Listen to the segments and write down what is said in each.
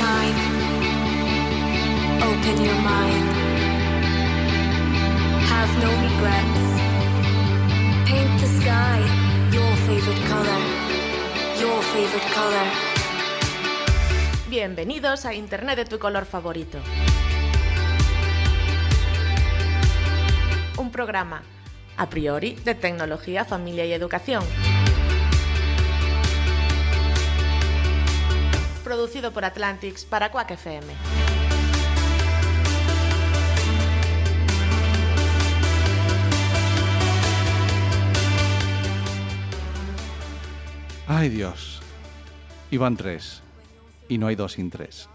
time. Open your mind. Have no regrets. Paint the sky your favorite color. Your favorite color. Bienvenidos a Internet de tu color favorito. Un programa, a priori, de tecnología, familia y educación. Producido por Atlantics para Quack FM. Ay Dios. Iban tres. Y no hay dos sin tres.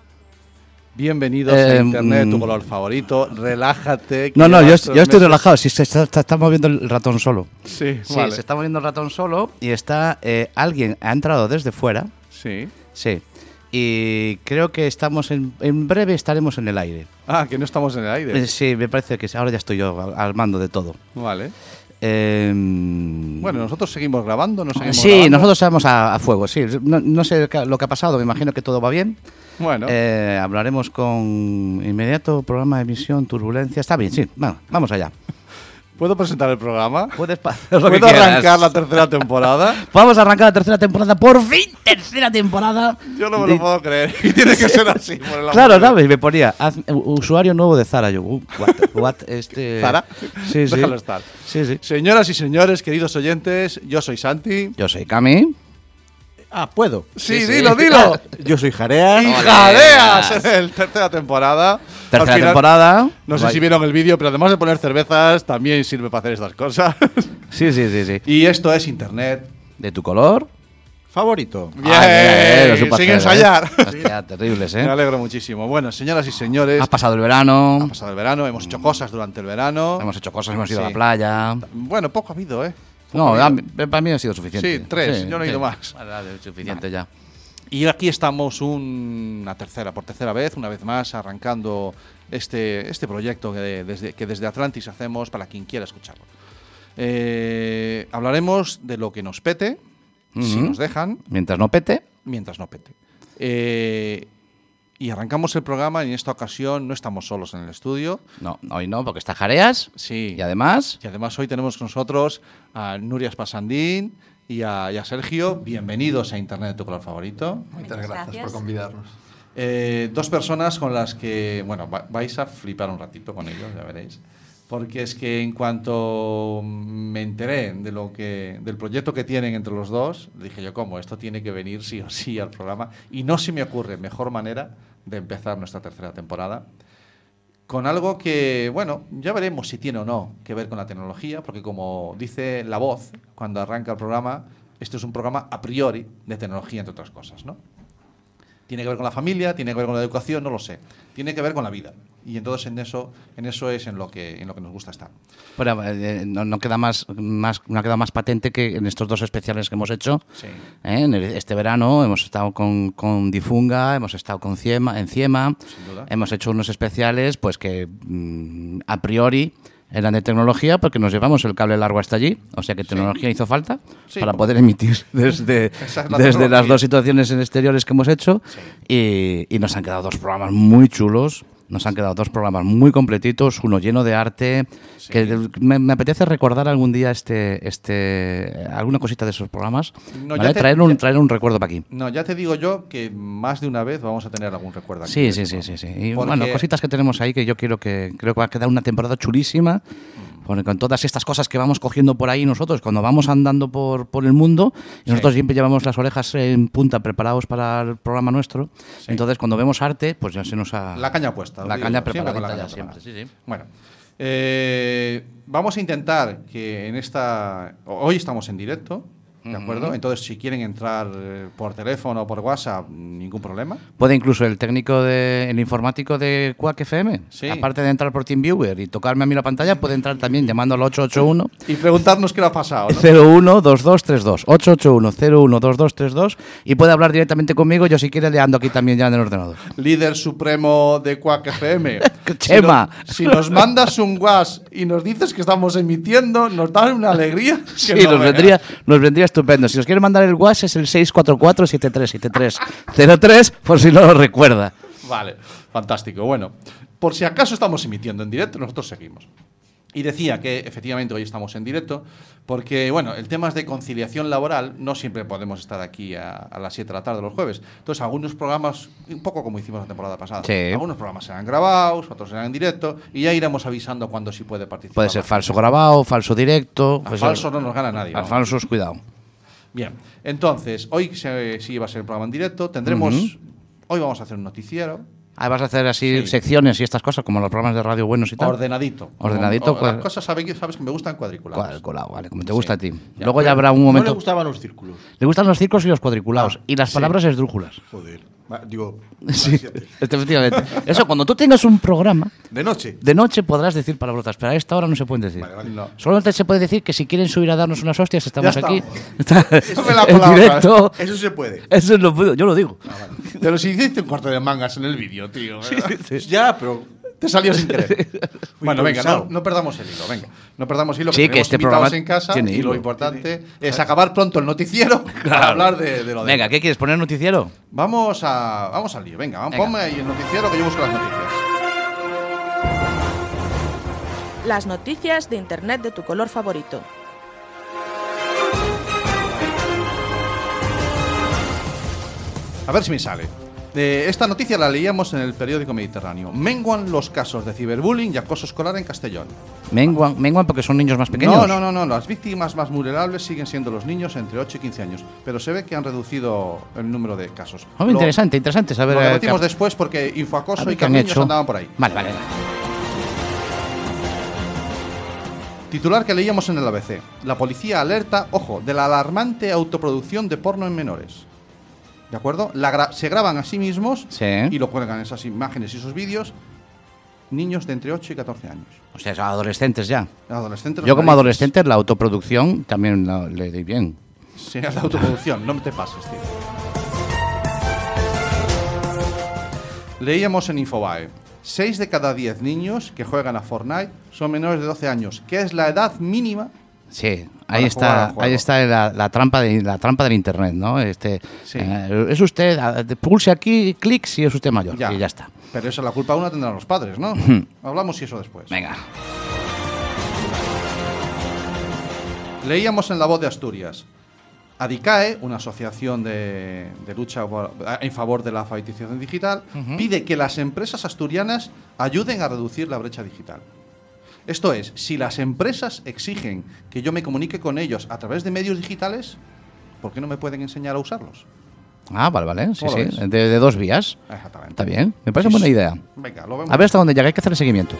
Bienvenidos a Eh, Internet, tu mm. color favorito. Relájate. que No, no, yo, llevas yo tres estoy meses- relajado. Si se está, está- está moviendo el ratón solo. Sí, Sí, vale. se está moviendo el ratón solo y está. eh, alguien ha entrado desde fuera. Sí. Sí. Y creo que estamos en, en breve estaremos en el aire. Ah, que no estamos en el aire. Eh, Sí, me parece que sí, ahora ya estoy yo al, al mando de todo. Vale. Bueno, bueno, nosotros seguimos grabando, no seguimos sí, grabando? nosotros estamos a, a fuego, sí. No, no sé ca- lo que ha pasado, me imagino que todo va bien. Bueno, Eh, hablaremos con inmediato programa de emisión, turbulencia. Está bien, sí. Bueno, vamos allá. ¿puedo presentar el programa? Puedes pa- lo que ¿Puedo quieras. arrancar la tercera temporada? Vamos a arrancar la tercera temporada, por fin, tercera temporada. Yo no me lo Y- puedo creer. Y tiene que ser así. por el amor Claro, de Dios. ¿sabes? Me ponía haz- u- usuario nuevo de Zara. Yo, uh, what, what, este... ¿Zara? Sí, sí. Déjalo estar. Sí, sí. Señoras y señores, queridos oyentes, yo soy Santi. Yo soy Cami. Ah, puedo. Sí, Sí, sí. dilo, dilo. Yo soy Jareas. y Ole. jadeas en el tercera temporada. Al Tercera final, temporada. No sé Guay. si vieron el vídeo, pero además de poner cervezas, también sirve para hacer estas cosas. Sí, sí, sí, sí. y esto es internet. ¿De tu color? Favorito. Bien, Ah, bien, lo supe sin hacer, ensayar. ¿eh? Hostia, terribles, Me ¿eh? alegro muchísimo. Bueno, señoras y señores, Has pasado el verano. ha pasado el verano, hemos hecho cosas durante el verano. Hemos hecho cosas, hemos ido a Sí. la playa. Bueno, poco ha habido, ¿eh? No, Poco ha a habido. mí- para mí ha sido suficiente. Sí, tres, yo no he ido más. Vale, vale, suficiente ya. Y aquí estamos una tercera, por tercera vez, una vez más, arrancando este, este proyecto que de- desde, que desde Atlantis hacemos para quien quiera escucharlo. Eh, hablaremos de lo que nos pete, si Ujú. nos dejan, Mientras no pete, mientras no pete. Eh, y arrancamos el programa, y en esta ocasión no estamos solos en el estudio. no, hoy no, porque está jareas. Sí. Y además, Y además hoy tenemos con nosotros a Nuria Spasandín y a, y a Sergio. Bienvenidos a Internet de tu color favorito. Muchas Muchas gracias, gracias. por convidarnos. Eh, dos personas con las que, bueno, va- vais a flipar un ratito con ellos, ya veréis. Porque es que en cuanto me enteré de lo que, del proyecto que tienen entre los dos, dije yo, ¿cómo? Esto tiene que venir sí o sí al programa. Y no se me ocurre mejor manera de empezar nuestra tercera temporada con algo que, bueno, ya veremos si tiene o no que ver con la tecnología, porque como dice la voz cuando arranca el programa, este es un programa a priori de tecnología, entre otras cosas, ¿no? Tiene que ver con la familia, tiene que ver con la educación, no lo sé. Tiene que ver con la vida. Y entonces en eso, en eso es en lo que, en lo que nos gusta estar. pero, eh, no, no queda más, más, no ha quedado más patente que en estos dos especiales que hemos hecho. Sí. ¿eh? En el- este verano hemos estado con, con Difunga, hemos estado con Ciema, en Ciema, Sin duda. hemos hecho unos especiales pues que mm, a priori eran de tecnología porque nos llevamos el cable largo hasta allí, o sea que tecnología hizo falta Sí, para porque- poder emitir desde, Esa es la desde las tecnología. dos situaciones en exteriores que hemos hecho y, y nos han quedado dos programas muy chulos. Nos han quedado dos programas muy completitos, uno lleno de arte, que del- me, me apetece recordar algún día este, este, alguna cosita de esos programas, No, ¿vale? ya te- traer, un, ya- traer un recuerdo para aquí. No, ya te digo yo que más de una vez vamos a tener algún recuerdo aquí. Sí, sí, sí, sí, sí. Y Porque- bueno, cositas que tenemos ahí que yo quiero que creo que va a quedar una temporada chulísima. Mm. Con, con todas estas cosas que vamos cogiendo por ahí nosotros, cuando vamos andando por, por el mundo, y nosotros siempre llevamos las orejas en punta preparados para el programa nuestro. Entonces, cuando vemos arte, pues ya se nos ha. La caña puesta. os La digo, caña siempre con preparada. la caña siempre, preparada. sí, sí. Bueno, eh, vamos a intentar que en esta... Hoy estamos en directo, ¿De acuerdo? Entonces, si quieren entrar eh, por teléfono o por WhatsApp, ningún problema. Puede incluso el técnico, de, el informático de Quack FM, Sí. aparte de entrar por TeamViewer y tocarme a mí la pantalla, puede entrar también llamando al 881 Y preguntarnos qué le ha pasado. ¿no? 012232 881-012232 y puede hablar directamente conmigo. Yo, si quiere, le ando aquí también ya en el ordenador. Líder supremo de Quack FM. Chema. Si, no- si nos mandas un WhatsApp y nos dices que estamos emitiendo, nos da una alegría. que Sí, no nos veas. vendría, nos vendría estupendo. Si nos quiere mandar el WhatsApp es el 644-737303, por si no lo recuerda. Vale, fantástico. Bueno, por si acaso estamos emitiendo en directo, nosotros seguimos. Y decía que efectivamente hoy estamos en directo, porque bueno, el tema es de conciliación laboral, no siempre podemos estar aquí a, a las 7 de la tarde los jueves. Entonces, algunos programas, un poco como hicimos la temporada pasada, Sí. algunos programas serán grabados, otros serán en directo, y ya iremos avisando cuando sí puede participar. Puede ser la falso grabado, falso directo. A pues, falsos no nos gana nadie, A vamos. falsos, cuidado. Bien, entonces, hoy se- sí va a ser el programa en directo, tendremos, hoy vamos a hacer un noticiero, Ahí vas a hacer así Sí. secciones y estas cosas, como los programas de radio buenos y tal. ordenadito. Ordenadito, O- las cuad- cosas sabe que- sabes que me gustan cuadriculadas. Cuadriculado, vale, como te Sí. gusta a ti. Ya, Luego pero ya habrá un No momento. le gustaban los círculos. Le gustan los circos y los cuadriculados. Ah, y las palabras esdrújulas. Joder. Va, Digo, Sí, efectivamente. Eso, cuando tú tengas un programa, de noche. de noche podrás decir palabrotas, pero a esta hora no se pueden decir. Vale, vale. No. Solamente se puede decir que si quieren subir a darnos unas hostias, estamos Ya aquí. Eso me la en palabra. directo. Eso se puede. Eso lo puedo- yo lo digo. Pero si hiciste un corte de mangas en el vídeo, tío. ¿verdad? Ya, pero. Te salió sin querer. bueno, venga, improvisado. no, no perdamos el hilo, venga. No perdamos hilo, que Sí, que tenemos este invitados programa en casa tiene y hilo. lo importante es acabar pronto el noticiero para hablar de, de lo de... Venga, ¿qué quieres? ¿Poner noticiero? Vamos, a, vamos al lío, venga, vamos, Venga. ponme ahí el noticiero que yo busco las noticias. Las noticias de Internet de tu color favorito. A ver si me sale. Eh, esta noticia la leíamos en el periódico Mediterráneo. Menguan los casos de ciberbullying y acoso escolar en Castellón. Menguan, menguan porque son niños más pequeños. No, no, no, no, las víctimas más vulnerables siguen siendo los niños entre 8 y 15 años, pero se ve que han reducido el número de casos. Oh, Lo- interesante, interesante saber. lo eh, debatimos qué- después porque a Infoacoso ver y qué han Carniños hecho. andaban por ahí. Vale, vale. vale. Titular que leíamos en el ABC. La policía alerta, ojo, de la alarmante autoproducción de porno en menores. ¿De acuerdo? La gra- se graban a sí mismos Sí. y lo cuelgan esas imágenes y esos vídeos niños de entre 8 y 14 años. O sea, son adolescentes ya. Adolescentes. Yo como narices. adolescente la autoproducción también la- le doy bien. Sí, a la autoproducción, no te pases, tío. Leíamos en Infobae. 6 de cada 10 niños que juegan a Fortnite son menores de 12 años, que es la edad mínima. Para Sí, ahí jugar al está, juego. ahí está la, la trampa de la trampa del internet, ¿no? Este, Sí. eh, es usted ah, de- pulse aquí, clic si es usted mayor y ya está. Pero esa la culpa una tendrán los padres, ¿no? Hmm. Hablamos y eso después. Venga. Leíamos en La Voz de Asturias. ADICAE, una asociación de, de lucha por- en favor de la alfabetización digital, pide que las empresas asturianas ayuden a reducir la brecha digital. Esto es, si las empresas exigen que yo me comunique con ellos a través de medios digitales, ¿por qué no me pueden enseñar a usarlos? Ah, vale, vale. Sí, ¿Cómo lo sí. ves? De, de dos vías. Exactamente. Está bien. Me parece Sí, buena sí. idea. Venga, lo vemos. A ver hasta dónde llega. Hay que hacer el seguimiento.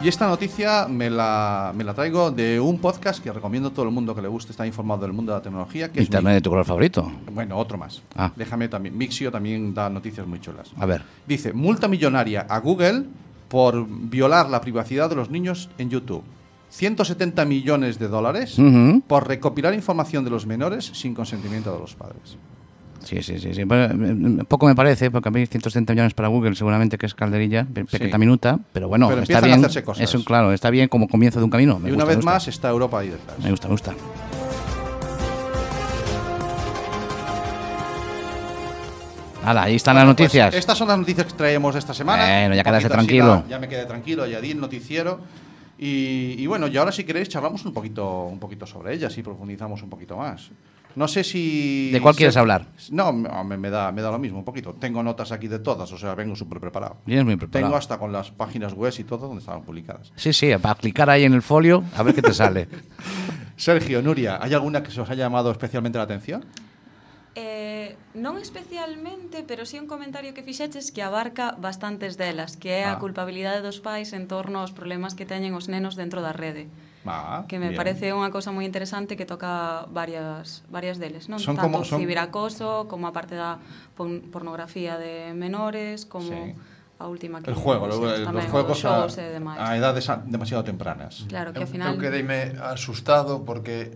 Y esta noticia me la, me la traigo de un podcast que recomiendo a todo el mundo que le guste, está informado del mundo de la tecnología, que es... Internet de tu color favorito. Mi- Bueno, otro más. Ah. Déjame también. Mixio también da noticias muy chulas. A ver. Dice, multa millonaria a Google por violar la privacidad de los niños en YouTube. 170 millones de dólares Ujú. por recopilar información de los menores sin consentimiento de los padres. Sí, sí, sí. sí. Bueno, eh, eh, poco me parece, porque a mí 170 millones para Google seguramente que es calderilla, pe- Sí. pequeta minuta, pero bueno, Pero está empiezan a bien. hacerse cosas. Es un- claro, está bien como comienzo de un camino. Me y una gusta, me vez gusta. más está Europa ahí detrás. Me gusta, me gusta. Hala, ahí están las Pues noticias. estas son las noticias que traemos esta semana. Bueno, ya Un quedaste poquito así, tranquilo. va, Ya me quedé tranquilo, ya di el noticiero. Y, y bueno, y ahora si queréis charlamos un poquito, un poquito sobre ellas y profundizamos un poquito más. No sé si... ¿De cuál sé- quieres hablar? No, me, me da, me da lo mismo un poquito. Tengo notas aquí de todas, o sea, vengo súper preparado. Vienes muy preparado. Tengo hasta con las páginas web y todo donde estaban publicadas. Sí, sí, para clicar ahí en el folio, a ver qué te sale. Sergio, Nuria, ¿hay alguna que se os haya llamado especialmente la atención? Eh, non especialmente, pero sí un comentario que fixeches que abarca bastantes delas, que é Ah. a culpabilidade dos pais en torno aos problemas que teñen os nenos dentro da rede. Ah, que bien. me parece unha cousa moi interesante que toca varias varias deles, non? Son Tanto como- son- ciberacoso, como a parte da pon- pornografía de menores, como Sí. a última que El xogo, lo- los dixemos, tamén, juegos os xogos a, e demais. a edades a- demasiado tempranas. Claro, Eu, que ao eu final quedeime asustado porque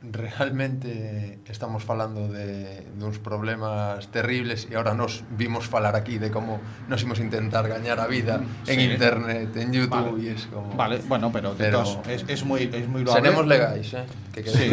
realmente estamos falando de duns problemas terribles e ahora nos vimos falar aquí de como nos imos intentar gañar a vida Sí. en internet, en YouTube Vale. e es como Vale, bueno, pero, de Pero- todas- es, es muy es muy loable. seremos legais, eh? Que quede Sí.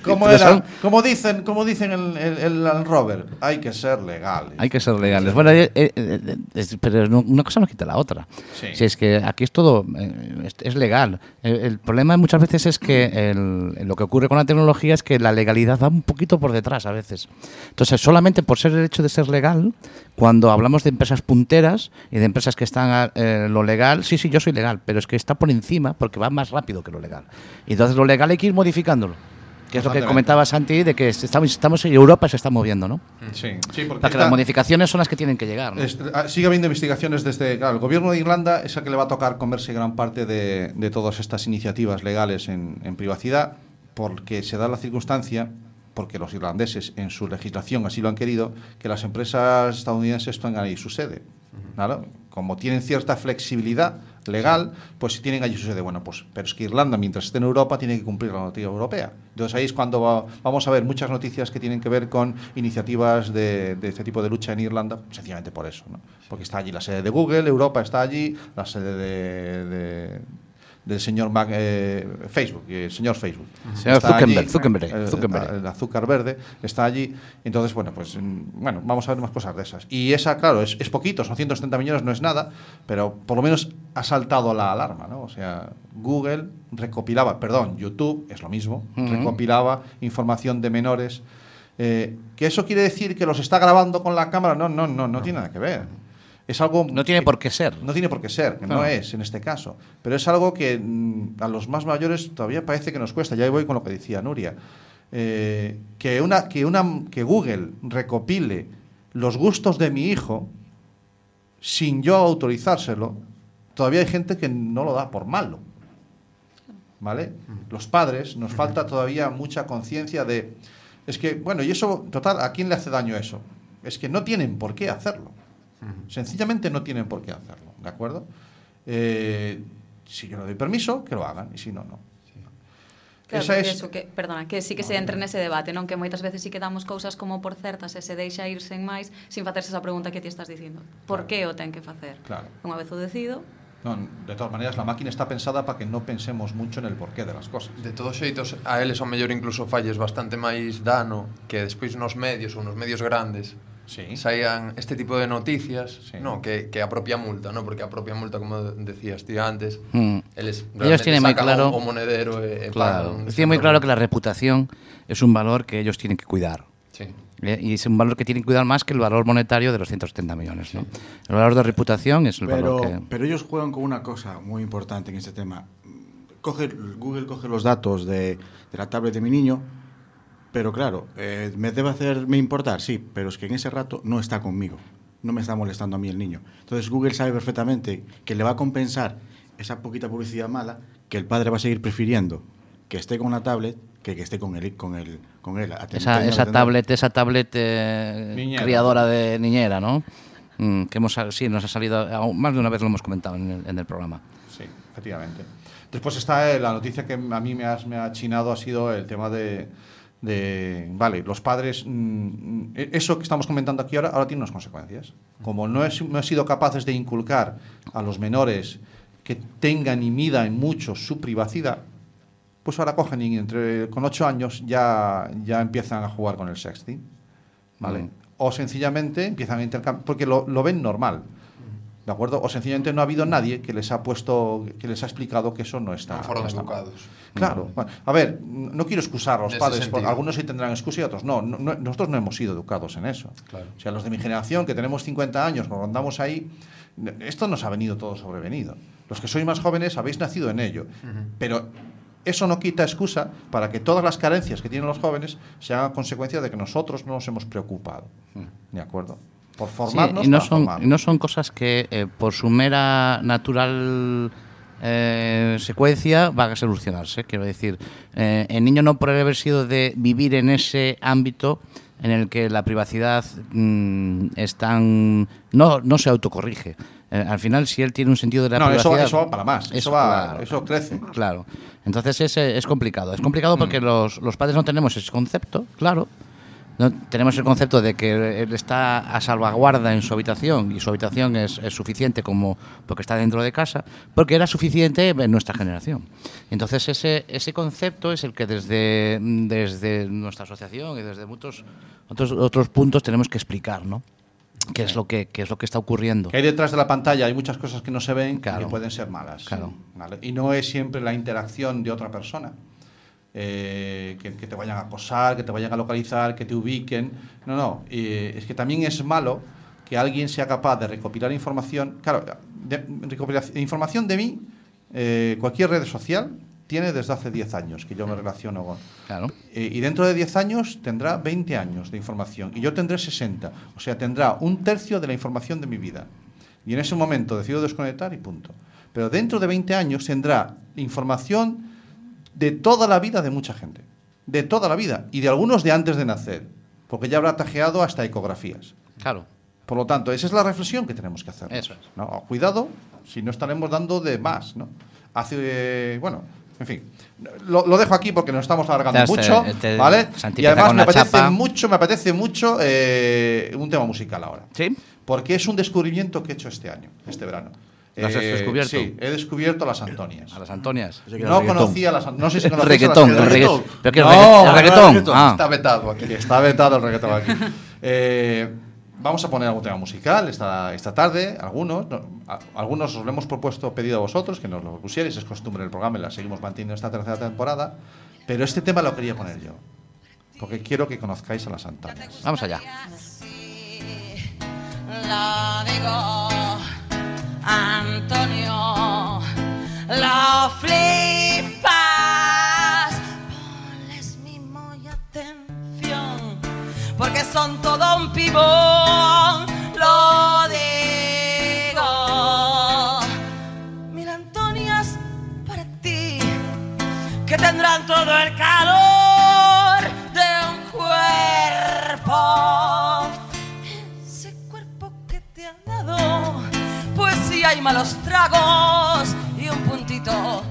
como, Pero era- son- como dicen, como dicen el, el, el Land Rover, hay que ser legales. Hay que ser legales. Bueno, eh, eh, eh, es- pero no- una cosa no quita la otra. Sí. Si es que aquí es todo, eh, es, es legal. El, el problema muchas veces es que el- lo que ocurre con la tecnología es que la legalidad va un poquito por detrás a veces. Entonces, solamente por ser el hecho de ser legal, cuando hablamos de empresas punteras y de empresas que están a- eh, lo legal, sí, sí, yo soy legal, pero es que está por encima porque va más rápido que lo legal. Y entonces lo legal hay que ir modificándolo. Que es lo que Constantemente. comentaba Santi, de que estamos, estamos Europa se está moviendo, ¿no? Sí, sí, porque Para que Pues está- las modificaciones son las que tienen que llegar. ¿no? es- ah, sigue habiendo investigaciones desde. Claro, el gobierno de Irlanda es el que le va a tocar comerse gran parte de, de todas estas iniciativas legales en, en privacidad, porque se da la circunstancia, porque los irlandeses en su legislación así lo han querido, que las empresas estadounidenses tengan ahí su sede. Claro, como tienen cierta flexibilidad legal, pues si tienen allí su sede, bueno, pues, pero es que Irlanda, mientras esté en Europa, tiene que cumplir la normativa europea. Entonces ahí es cuando va- vamos a ver muchas noticias que tienen que ver con iniciativas de, de este tipo de lucha en Irlanda, sencillamente por eso, ¿no? Porque está allí la sede de Google, Europa está allí, la sede de, de- del señor Mac- eh, Facebook, eh, el señor Facebook. Señor Está Zuckerberg, Zuckerberg, eh, Zuckerberg. el azúcar verde está allí. Entonces, bueno, pues mm, bueno, vamos a ver más cosas de esas. Y esa, claro, es, es poquito, son 170 millones, no es nada, pero por lo menos ha saltado la alarma, ¿no? O sea, Google recopilaba, perdón, YouTube es lo mismo, Ujú. recopilaba información de menores. eh, ¿Que eso quiere decir que los está grabando con la cámara? No, no, no, no tiene nada que ver. Es algo No tiene por qué ser. no tiene por qué ser, que no Claro. es en este caso. Pero es algo que mm, a los más mayores todavía parece que nos cuesta. Ya voy con lo que decía Nuria. Eh, que, una, que, una, que Google recopile los gustos de mi hijo sin yo autorizárselo, todavía hay gente que no lo da por malo. ¿Vale? Mm. Los padres, nos falta todavía mucha conciencia de. Es que, bueno, y eso, total, ¿a quién le hace daño eso? Es que no tienen por qué hacerlo. Sencillamente no tienen por qué hacerlo, ¿de acuerdo? Eh, si yo le doy permiso, que lo hagan, y si no, no. Claro, Esa porque es- eso, que, perdona, que sí que se entre nese debate, non que moitas veces sí que damos cousas como por certas e se deixa ir sen máis sin facerse esa pregunta que ti estás dicindo. Por Claro. que o ten que facer? Claro. Unha vez o decido, No, de todas maneras, la máquina está pensada para que no pensemos mucho en el porqué de las cosas. De todos xeitos, a eles ao mellor incluso falles bastante máis dano que despois nos medios ou nos medios grandes Sí. saian este tipo de noticias, Sí. no, que, que a propia multa, no, porque a propia multa, como decías ti antes, Mm. eles Ellos tienen moi sacan claro- o, o monedero e, e Claro. pagan. Tiene muy claro que la reputación es un valor que ellos tienen que cuidar. Sí. ¿eh? Y es un valor que tienen que cuidar más que el valor monetario de los 170 millones. ¿no? El valor de reputación es el Pero, valor que. pero ellos juegan con una cosa muy importante en este tema. Coge, Google coge los datos de, de la tablet de mi niño, pero claro, eh, me debe hacerme importar, sí, pero es que en ese rato no está conmigo, no me está molestando a mí el niño. Entonces Google sabe perfectamente que le va a compensar esa poquita publicidad mala que el padre va a seguir prefiriendo que esté con la tablet que que esté con él con él con él aten- Esa, teniendo- esa teniendo- tablet, esa tablet eh, Niñera. criadora de niñera, ¿no? Mm, que hemos, sí, nos ha salido, aún más de una vez lo hemos comentado en el, en el programa. Sí, efectivamente. Después está eh, la noticia que a mí me, has- me ha chinado, ha sido el tema de, de, vale, los padres, mm, mm, e- eso que estamos comentando aquí ahora, ahora tiene unas consecuencias. Como no, he, no he sido capaces de inculcar a los menores que tengan y midan mucho su privacidad, pues ahora cogen y entre, con ocho años ya, ya empiezan a jugar con el sexting, ¿vale? Mm. O sencillamente empiezan a intercambiar, porque lo, lo ven normal. ¿De acuerdo? O sencillamente no ha habido nadie que les ha puesto, que les ha explicado que eso no está. Están fora no de está mal. educados. Claro. Bueno, A ver, no quiero excusar a los Mm. En ese padres, porque sentido. algunos sí tendrán excusa y otros no. No- no- Nosotros no hemos sido educados en eso. Claro. O sea, los de mi generación, que tenemos 50 años, cuando andamos ahí, n- esto nos ha venido todo sobrevenido. Los que sois más jóvenes habéis nacido en ello. Pero eso no quita excusa para que todas las carencias que tienen los jóvenes se hagan consecuencia de que nosotros no nos hemos preocupado. Mm. ¿De acuerdo? Por Sí, formarnos. y, no para son, formarnos. y no son cosas que eh, por su mera natural eh, secuencia va a solucionarse. Quiero decir, eh, el niño no por el haber sido de vivir en ese ámbito en el que la privacidad mm, es tan... No, no se autocorrige. Eh, al final, si él tiene un sentido de la No, eso, privacidad... eso va para más. Eso, va, claro. eso crece. Claro. Entonces es, eh, es complicado. Es complicado porque los, los padres no tenemos ese concepto, claro. No, tenemos el concepto de que él está a salvaguarda en su habitación y su habitación es, es suficiente como porque está dentro de casa, porque era suficiente en nuestra generación. Entonces ese, ese concepto es el que desde, desde nuestra asociación y desde muchos otros, otros puntos tenemos que explicar, ¿no? ¿Qué es lo que, qué es lo que está ocurriendo? Que hay detrás de la pantalla, hay muchas cosas que no se ven Claro. que pueden ser malas. Claro. ¿vale? Y no es siempre la interacción de otra persona. eh, que, que te vayan a acosar, que te vayan a localizar, que te ubiquen. No, no. eh, es que también es malo que alguien sea capaz de recopilar información. Claro, de- recopilar información de mí, eh, cualquier red social tiene desde hace 10 años que yo me relaciono con. Claro. Eh, y dentro de 10 años tendrá 20 años de información y yo tendré 60. O sea, tendrá un tercio de la información de mi vida. Y en ese momento decido desconectar y punto. Pero dentro de 20 años tendrá información de toda la vida de mucha gente. De toda la vida. Y de algunos de antes de nacer. Porque ya habrá tajeado hasta ecografías. Claro. Por lo tanto, esa es la reflexión que tenemos que hacer. Eso es. ¿no? Cuidado, si no estaremos dando de más, ¿no? Hace, eh, bueno, en fin, lo, lo dejo aquí porque nos estamos alargando Ya está, mucho, te- ¿vale? Santi Y empieza además con me la apetece chapa. mucho, me apetece mucho eh, un tema musical ahora, Sí. porque es un descubrimiento que he hecho este año, este verano. ¿Las has descubierto? Sí, he descubierto las Antonias. A las Antonias. Yo quiero No reggaetón. conocía las Antonias. No sé si El conocéis a reggaetón, las el reggaetón. Antonias. Pero que el No, regga- el no, reggaetón. Ah. Está vetado aquí. que está vetado el reggaetón aquí. Eh, vamos a poner algún tema musical esta, esta tarde, algunos. no, a- algunos os lo hemos propuesto, pedido a vosotros, que nos lo pusierais, es costumbre del programa y la seguimos manteniendo esta tercera temporada. Pero este tema lo quería poner yo, porque quiero que conozcáis a las Antonias. Vamos allá. Lo digo, Antonio, lo flipas. Ponles mimo y atención, porque son todo un pibón. Lo digo, mira, Antonias, para ti que tendrán todo el calor de un cuerpo. Ese cuerpo que te han dado, pues si hay malos tragos y un puntito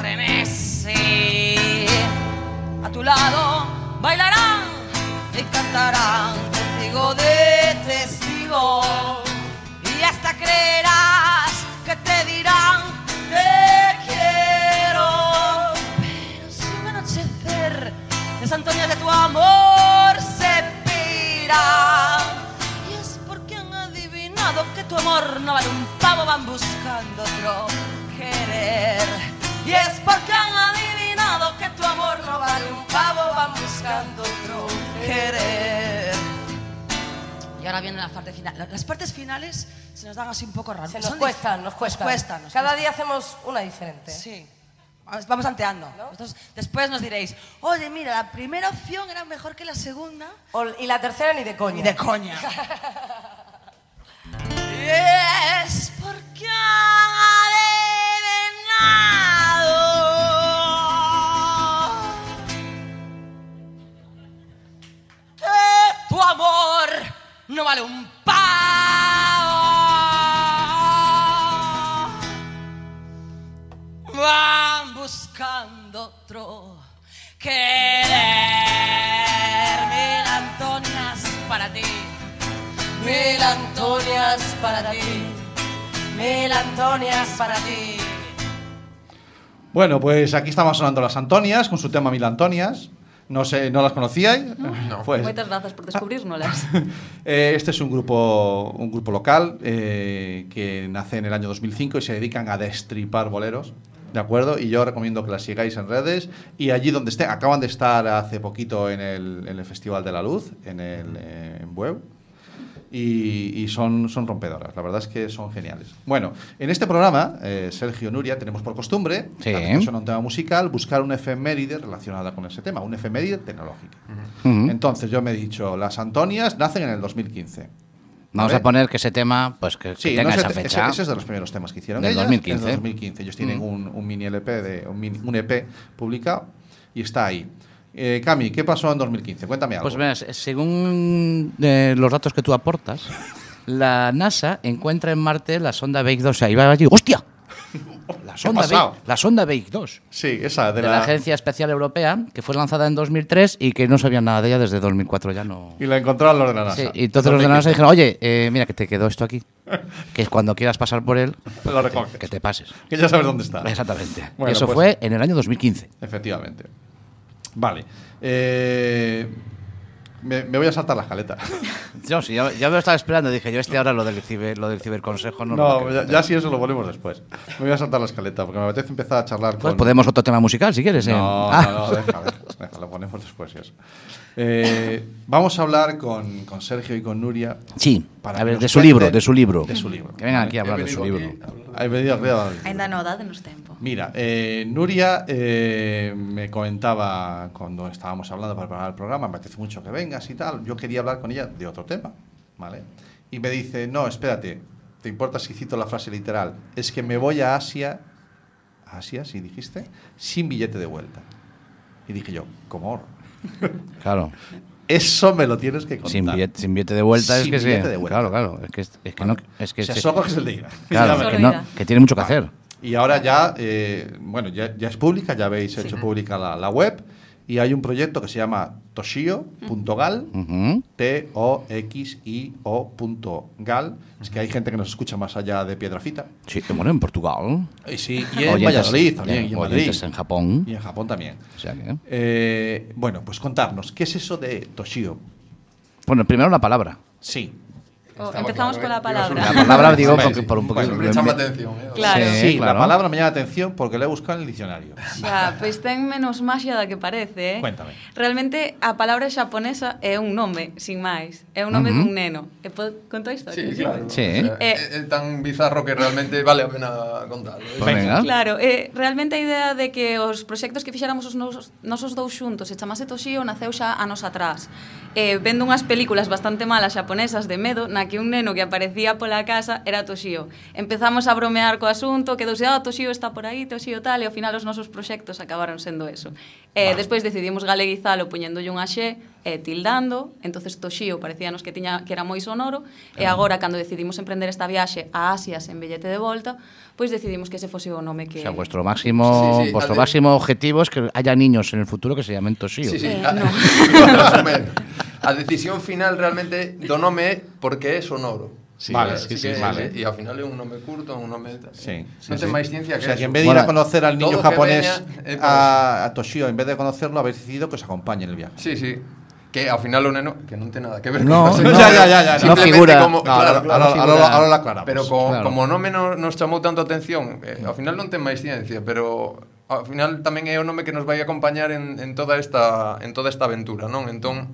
Renesí A tu lado bailarán y cantarán contigo de testigo. Y hasta creerás que te dirán te quiero. Pero si un anochecer las Antonias de tu amor se pira. Y es porque han adivinado que tu amor no vale un pavo, van buscando otro querer. Y es porque han adivinado que tu amor no vale un pavo, van buscando otro querer. Y ahora viene la parte final. La- Las partes finales se nos dan así un poco raras. Se nos Son cuestan, dif- nos cuestan. Nos cuestan, nos Cada cuestan. día hacemos una diferente. Sí. Vamos- Vamos tanteando. Vosotros después nos diréis, oye, mira, la primera opción era mejor que la segunda. O- y la tercera ni de coña. Ni de coña. Y es porque han adivinado que tu amor no vale un pavo. Van buscando otro querer. Mil Antonias para ti. Mil Antonias para ti. Mil Antonias para ti. Bueno, pues aquí estamos sonando las Antonias con su tema Mil Antonias. No sé, ¿no las conocíais? No. Pues, Moitas grazas por descubrirnolas. Eh, este es un grupo, un grupo local eh, que nace en el año 2005 y se dedican a destripar boleros. ¿De acuerdo? Y yo recomiendo que las sigáis en redes. Y allí donde estén, acaban de estar hace poquito en el, en el Festival de la Luz, en el eh, en Bueu, y, y son, son rompedoras. La verdad es que son geniales. Bueno, en este programa, eh, Sergio Nuria, tenemos por costumbre, Sí. antes que suena un tema musical, buscar una efeméride relacionada con ese tema, una efeméride tecnológica. Ujú. Entonces yo me he dicho, las Antonias nacen en el 2015. Vamos ¿Vale? a poner que ese tema, pues que, que Sí, tenga no sé, esa ese- fecha. Ese, es de los primeros temas que hicieron. Del ellas, 2015. del 2015. Ellos tienen Mm. un, un mini LP, de, un, mini- un EP publicado y está ahí. Eh, Cami, ¿qué pasó en 2015? Cuéntame algo. Pues verás, según eh, los datos que tú aportas, la NASA encuentra en Marte la sonda Beig 2. O sea, iba allí, ¡hostia! La sonda, pasao? Beig, la sonda Beig 2 sí, esa de, de la... Agencia Espacial Europea, que fue lanzada en 2003 y que no sabían nada de ella desde 2004, ya no... Y la encontraron los de la NASA. Sí, y entonces los de la NASA dijeron, oye, eh, mira que te quedó esto aquí, que cuando quieras pasar por él, Lo que, recoges. te, que te pases. Que ya sabes dónde está. Exactamente. Bueno, Eso pues- fue en el año 2015. Efectivamente. Vale. Eh, me, me voy a saltar la escaleta. Yo, sí, ya, ya me lo estaba esperando. Dije, yo este ahora lo del, ciber- lo del ciberconsejo no, lo No, voy a ya, hacer. ya si eso lo ponemos después. Me voy a saltar la escaleta porque me apetece empezar a charlar Pues con... podemos otro tema musical si quieres. ¿eh? No, Ah. no, no, déjalo, déjalo, ponemos después y eso. Eh, vamos a hablar con, con Sergio y con Nuria. Sí, Para a que ver, nos de su cuenten libro, de su libro. de su libro. Que vengan aquí a He hablar de su venido libro. aquí a hablar de- Ay, me digas, voy a dar el libro. Ainda no, dadenos tempo. Mira, eh, Nuria eh, me comentaba cuando estábamos hablando para preparar el programa, me apetece mucho que vengas y tal. Yo quería hablar con ella de otro tema, ¿vale? Y me dice, no, espérate, ¿te importa si cito la frase literal? Es que me voy a Asia, ¿a Asia, sí dijiste, sin billete de vuelta. Y dije yo, ¿cómo? Claro, Eso me lo tienes que contar. sin billete, sin billete de vuelta Sin es que sí. billete de vuelta. Claro, claro, es que, es que no, es que, o sea, se- solo que es el de ida. claro, Ya Solo que, verás. no- irá. que tiene mucho que hacer. Y ahora ya, eh, bueno, ya, ya es pública, ya habéis hecho pública la, la web y hay un proyecto que se llama toshio.gal, Mm. Ujú. T-O-X-I-O.gal. Es que hay gente que nos escucha más allá de Piedrafita. Sí, bueno, en Portugal. Y sí, y en Oyentes- Valladolid también, y en Madrid. oyentes en Japón. Y en Japón también. O sea que- Eh, bueno, pues contarnos, ¿qué es eso de Toshio? Bueno, primero la palabra. Sí. Oh, empezamos con ¿eh? la eh? palabra. La palabra, digo, Hombre, por, por un poquito. Siempre chama atención, ¿eh? Claro. Sí. sí, claro. la palabra me llama la atención porque la he buscado en el diccionario. Xa, pois ten menos maxia da que parece, eh? Cuéntame. Realmente, a palabra xaponesa é un nome, sin máis. É un nome Ujú. dun neno. E po, conto a historia? Sí, claro. Sí. O sea, Eh. é- é tan bizarro que realmente vale a pena contarlo. ¿eh? Pues venga. Claro, eh, realmente a idea de que os proxectos que fixáramos os nosos, nosos dous xuntos e chamase Toshio naceu xa anos atrás. Eh, vendo unhas películas bastante malas xaponesas de medo na que un neno que aparecía pola casa era Toshio. Empezamos a bromear co asunto, que douse, ah, Toshio está por aí, Toshio tal, e ao final os nosos proxectos acabaron sendo eso. Eh, Despois decidimos galeguizalo poñéndolle unha xe e tildando, entonces Toshio parecíanos que tiña que era moi sonoro, e agora cando decidimos emprender esta viaxe a Asia sen billete de volta, pois decidimos que ese fose o nome O que sea, vuestro máximo, Sí, sí, vuestro hace- máximo objetivo es que haya niños en el futuro que se llamen Toshio. Sí, Ah, sí. Eh, a, no. resumen, a decisión final realmente do nome é porque é sonoro. Sí, vale, sí, Así sí, que, vale. E ao final é un nome curto, un nome... Sí, sí, non ten sí. máis ciencia O que sea, que eso. en vez de ir Bueno, a conocer al niño todo que japonés veña, eh, a, a Toshio, en vez de conocerlo, habéis decidido que os acompañe en el viaje. Sí, sí. Que ao final o neno que non ten nada que ver No, con ese no, nome, ya, ya, ya, no simplemente figura. Como, No, ahora, claro, claro, ahora- ahora lo- ahora lo aclaramos. pero co, claro. como nome no, nos chamou tanto a atención, eh, ao final non ten máis ciencia, pero ao final tamén é o nome que nos vai acompañar en, en toda esta en toda esta aventura, non? Entón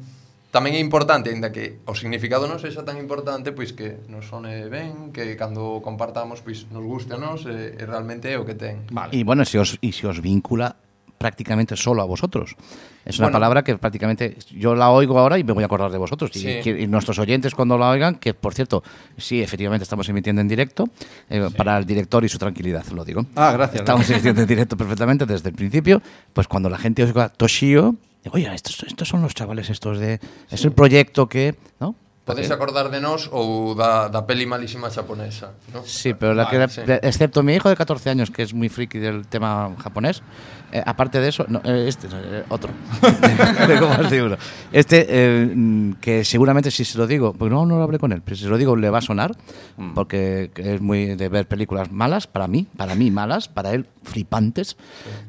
tamén é importante, aínda que o significado non sexa tan importante, pois que nos sone ben, que cando o compartamos, pois nos guste a nos, e, e realmente é o que ten. Vale. Y bueno, si os, y si os vincula prácticamente solo a vosotros. Es una Bueno. palabra que prácticamente yo la oigo ahora y me voy a acordar de vosotros. Y- Sí. que- Y, nuestros oyentes cuando la oigan, que por cierto, sí, efectivamente estamos emitiendo en directo, eh, para el director y su tranquilidad, lo digo. Ah, gracias. Estamos gracias. emitiendo en directo perfectamente desde el principio. Pues cuando la gente oiga Toshio, digo, oye, estos, estos son los chavales estos de... Es el proyecto que... ¿no? Podedes Porque- acordar de nós ou da, da peli malísima xaponesa, non? Sí, pero la que Vale, era- sí. de- excepto mi hijo de 14 años, que es muy friki del tema japonés, eh, aparte de eso, no, eh, este, no, eh, otro. De cómo os digo, no. Este, eh, mm, que seguramente si se lo digo, porque no, no lo hablé con él, pero si se lo digo le va a sonar, Mm. porque es muy de ver películas malas, para mí, para mí malas, para él flipantes,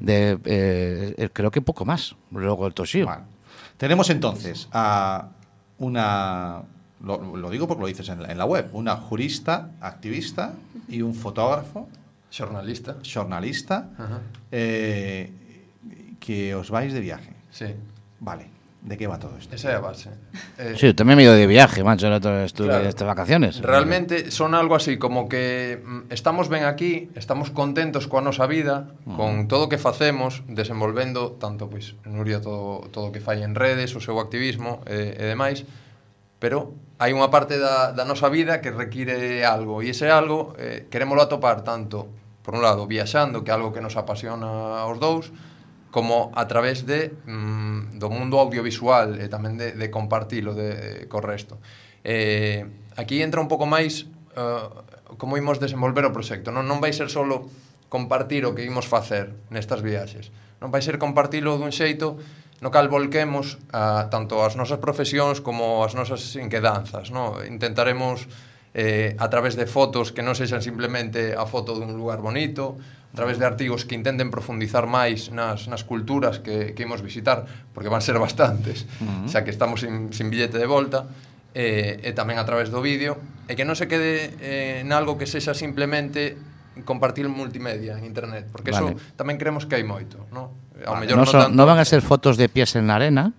de, eh, eh, creo que poco más. Luego el Toshio. Vale. Tenemos entonces a una. Lo, lo digo porque lo dices en la, en la web. Una jurista, activista y un fotógrafo, Xornalista. jornalista, Ajá. eh, que os vais de viaje. Sí, Vale. ¿De qué va todo esto? esa é a base. Eh, Sí, también me he ido de viaje, macho, el otro- estuve Claro. estas vacaciones. Realmente son algo así como que mm, estamos ben aquí, estamos contentos coa nosa vida, con todo o que facemos, desenvolvendo tanto eh, pois Nuria todo todo o que fai en redes, o seu activismo e, e demais, pero hai unha parte da, da nosa vida que require algo e ese algo eh, querémolo atopar tanto por un lado viaxando que é algo que nos apasiona aos dous como a través de mm, do mundo audiovisual e tamén de, de compartilo de, co resto eh, aquí entra un pouco máis eh, como imos desenvolver o proxecto non, non vai ser solo compartir o que imos facer nestas viaxes non vai ser compartilo dun xeito no cal volquemos a, tanto as nosas profesións como as nosas inquedanzas. No? Intentaremos eh, a través de fotos que non sexan simplemente a foto dun lugar bonito, a través de artigos que intenten profundizar máis nas, nas culturas que, que imos visitar, porque van ser bastantes, uh -huh. xa que estamos sin, sin billete de volta, eh, e tamén a través do vídeo, e que non se quede eh, en algo que sexa simplemente compartir multimedia en internet, porque vale. eso tamén creemos que hai moito, no? Ao Vale, mellor no, son- tanto, no van a eh, ser fotos de pies en la arena.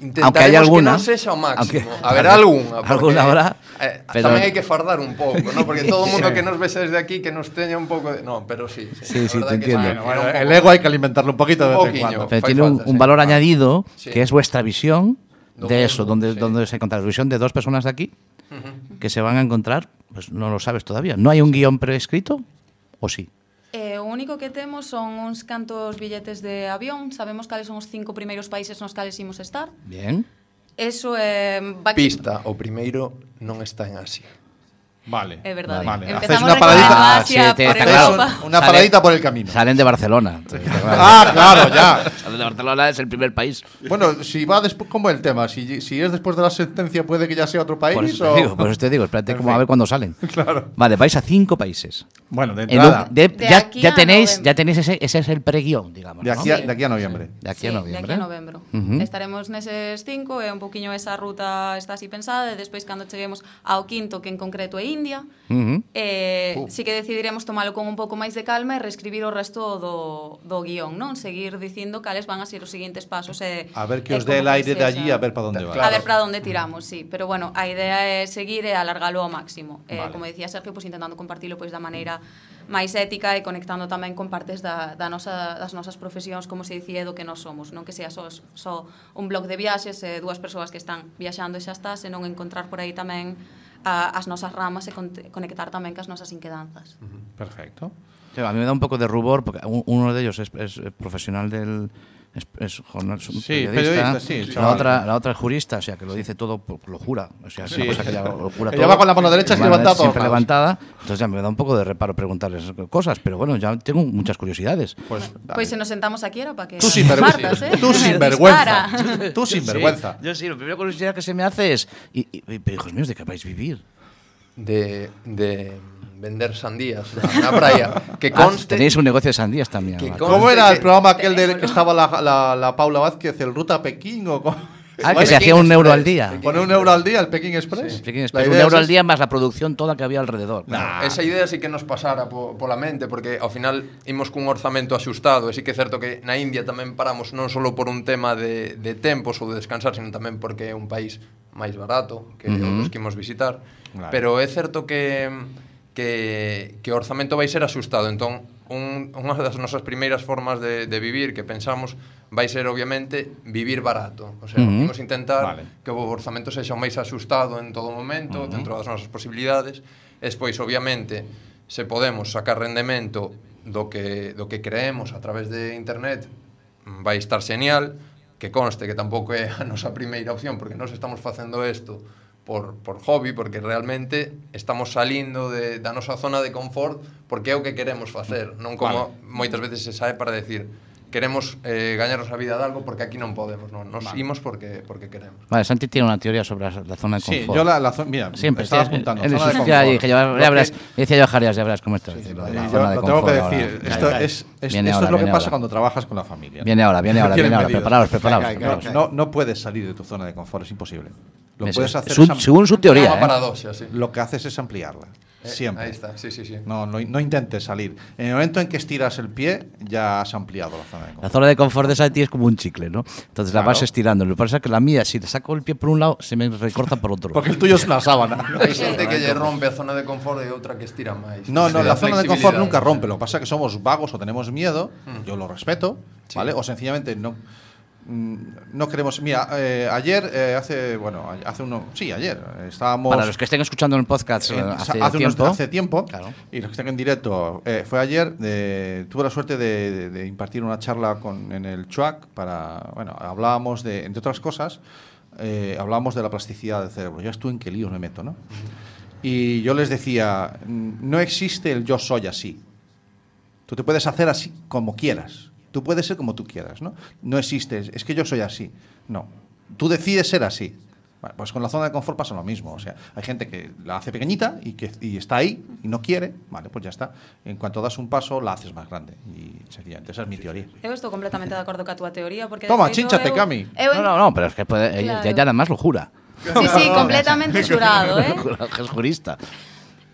Intentaremos Aunque haya alguna. que non sexa o Aunque- máximo. Haberá Vale. algunha. porque, Alguna habrá, Eh, pero- Tamén hai que fardar un pouco, ¿no? Porque todo o mundo Sí. que nos vese desde aquí que nos teña un pouco de... No, pero sí. Sí, la sí, verdad te que entiendo. sí, Bueno, era un Eh, el pouco- ego hay que alimentarlo un poquito de vez Un en poquillo. cuando. Pero Fai tiene un, falta, un sí. valor Ah, añadido sí. que es vuestra visión Lo de eso, mismo, donde, sí. donde se encuentra la visión de dos personas de aquí Ujú. que se van a encontrar, pues no lo sabes todavía. ¿No hay un guión prescrito? ¿O sí? E o único que temos son uns cantos billetes de avión, sabemos cales son os cinco primeiros países nos cales imos estar. Bien. Eso é va Pista, o primeiro non está en Asia. Vale. É verdade. Vale. Haces Empezamos una paradita. recorrendo Ah, Asia, sí, te- por te- Haces Europa. claro. un- una Sale- paradita por el camino. Salen de Barcelona. Pues, Ah, claro, ya. Salen de Barcelona, es el primer país. Bueno, si va después, ¿cómo es el tema? Si, si es después de la sentencia, puede que ya sea otro país. Por o... eso te digo, por eso te digo, espérate En como fin. a ver cuándo salen. Claro. Vale, vais a cinco países. Bueno, de En un- entrada. de- De ya, aquí ya a tenéis, noviembre. ya tenéis ese, ese es el preguión, digamos. De ¿no? aquí, a, de aquí a noviembre. De aquí Sí, a De aquí noviembre. a novembro. Ujú. Estaremos neses cinco e un poquinho esa ruta está así pensada e despois cando cheguemos ao quinto, que en concreto é India, Ujú. eh, Uh. uh. sí que decidiremos tomalo con un pouco máis de calma e reescribir o resto do, do guión, non? Seguir dicindo cales van a ser os seguintes pasos e A ver que e os dé el como aire de sexa. allí, a ver para dónde va. A ver para onde tiramos, sí, pero bueno, a idea é seguir e alargalo ao máximo. Vale. Vale. Eh, como dicía Sergio, pois intentando compartilo pois da maneira máis ética e conectando tamén con partes da, da nosa, das nosas profesións, como se dicía, do que nós somos, non que sea só, só un blog de viaxes e dúas persoas que están viaxando e xa está, senón encontrar por aí tamén a, as nosas ramas e con, conectar tamén cas nosas inquedanzas. Perfecto. Sí, a mí me da un poco de rubor porque un- uno de ellos es, es, eh, profesional del es, es jornal- es un Sí, periodista, sí, el la chaval. otra la otra es jurista, o sea que lo dice todo por- lo jura, o sea es una Sí. cosa que ella lo jura Ella todo. va con la mano derecha Ella va levantada a todos siempre lados. levantada, entonces ya me da un poco de reparo preguntarles cosas, pero bueno ya tengo muchas curiosidades. Pues, dale. Pois se nos sentamos aquí era para que ¿eh? Tú sin sinvergüenza. Tú sinvergüenza. Tú sinvergüenza. Yo sí, la primera curiosidad que se me hace es y, y- y- hijos míos de qué vais a vivir. De, de vender sandías na, na praia. Que Ah, conste... tenéis un negocio de sandías también. Que vale. con- ¿Cómo era el que- programa aquel del que estaba la, la, la Paula Vázquez, el Ruta Pekín? O cómo? Ah, que Bueno, se hacía un Pekín euro Express, al día. Pekín Poner un euro al día, el Pekín Express. Sí, que es La un idea euro es al día más la producción toda que había alrededor. claro. Nah. Esa idea sí que nos pasara po, pola mente Porque ao final imos cun orzamento axustado E sí que é certo que na India tamén paramos Non só por un tema de, de tempos ou de descansar Sino tamén porque é un país máis barato Que Ujú. os que imos visitar Claro. Pero é certo que que, que o orzamento vai ser axustado Entón, un, unha das nosas primeiras formas de, de vivir Que pensamos vai ser, obviamente, vivir barato O sea, Ujú. imos intentar Vale. vale. que o orzamento sexa o máis axustado en todo momento, uh -huh. dentro das nosas posibilidades, e despois, obviamente, se podemos sacar rendemento do que, do que creemos a través de internet, mm, vai estar genial, que conste que tampouco é a nosa primeira opción, porque nós estamos facendo isto por, por hobby, porque realmente estamos salindo de, da nosa zona de confort, porque é o que queremos facer, non como Vale. moitas veces se sae para decir queremos eh, gañarnos a vida de algo porque aquí non podemos, non, nos Vale. imos porque porque queremos. Vale, Santi tiene una teoría sobre la la zona de confort. Sí, yo la, la zo- mira, Siempre estaba estoy- apuntando. él zona es- de ya confort. dije, ya, Lo ya verás, que- decía yo a Jarías, ya verás cómo está. sí, lo de y la yo zona de lo tengo que confort ahora. decir. Ya, Esto, ya. es, es- Viene esto ahora, es lo que viene pasa ahora. cuando trabajas con la familia. Viene ahora, viene ahora, Tienen viene ahora. medidas. Preparaos, preparaos. Venga, preparaos. venga, No, no puedes salir de tu zona de confort, es imposible. Lo Eso puedes es. hacer Su- es am- según su É teoría. ¿eh? unha paradoxia, Oh, sí. lo que haces es ampliarla. Eh, Siempre. Aí está, sí, sí, sí. No, no, no intentes salir. En el momento en que estiras el pie, ya has ampliado la zona de La confort. zona de confort de Santi es como un chicle, ¿no? Entonces la vas Claro. estirando. Lo que pasa es que la mía, si le saco el pie por un lado, se me recorta por otro. Porque el tuyo es una sábana. Hai xente que lle rompe a zona de confort e outra que estira máis. No, no, la Que dá zona de confort flexibilidade. nunca rompe. Lo que pasa es que somos vagos o tenemos miedo. Mm. Yo lo respeto, Sí. ¿vale? O sencillamente no. mm, no queremos. Mira, eh, ayer, eh, hace, bueno, a- hace uno, sí, ayer, eh, estábamos. Para los que estén escuchando el podcast eh, en- hace, hace unos- tiempo, hace tiempo, Claro. y los que están en directo, eh, fue ayer, eh, tuve la suerte de, de- de impartir una charla con, en el CHUAC para, bueno, hablábamos de, entre otras cosas, eh, hablábamos de la plasticidad del cerebro. Ya estuve en qué líos me meto, ¿no? Y yo les decía, no existe el yo soy así. Tú te puedes hacer así como quieras. Tú puedes ser como tú quieras, ¿no? No existe, es que yo soy así. No. Tú decides ser así. Bueno, pues con la zona de confort pasa lo mismo. O sea, hay gente que la hace pequeñita y que y está ahí y no quiere. Vale, pues ya está. En cuanto das un paso, la haces más grande. Y sencillamente, esa es mi teoría. Eu estou completamente de acordo coa túa teoría porque de Toma, feito, chínchate, eu- Cami. Eu, No, no, no, pero es que puede, eh, ella, Claro. ella además lo jura. Sí, sí, completamente xurado, eh? es jurista.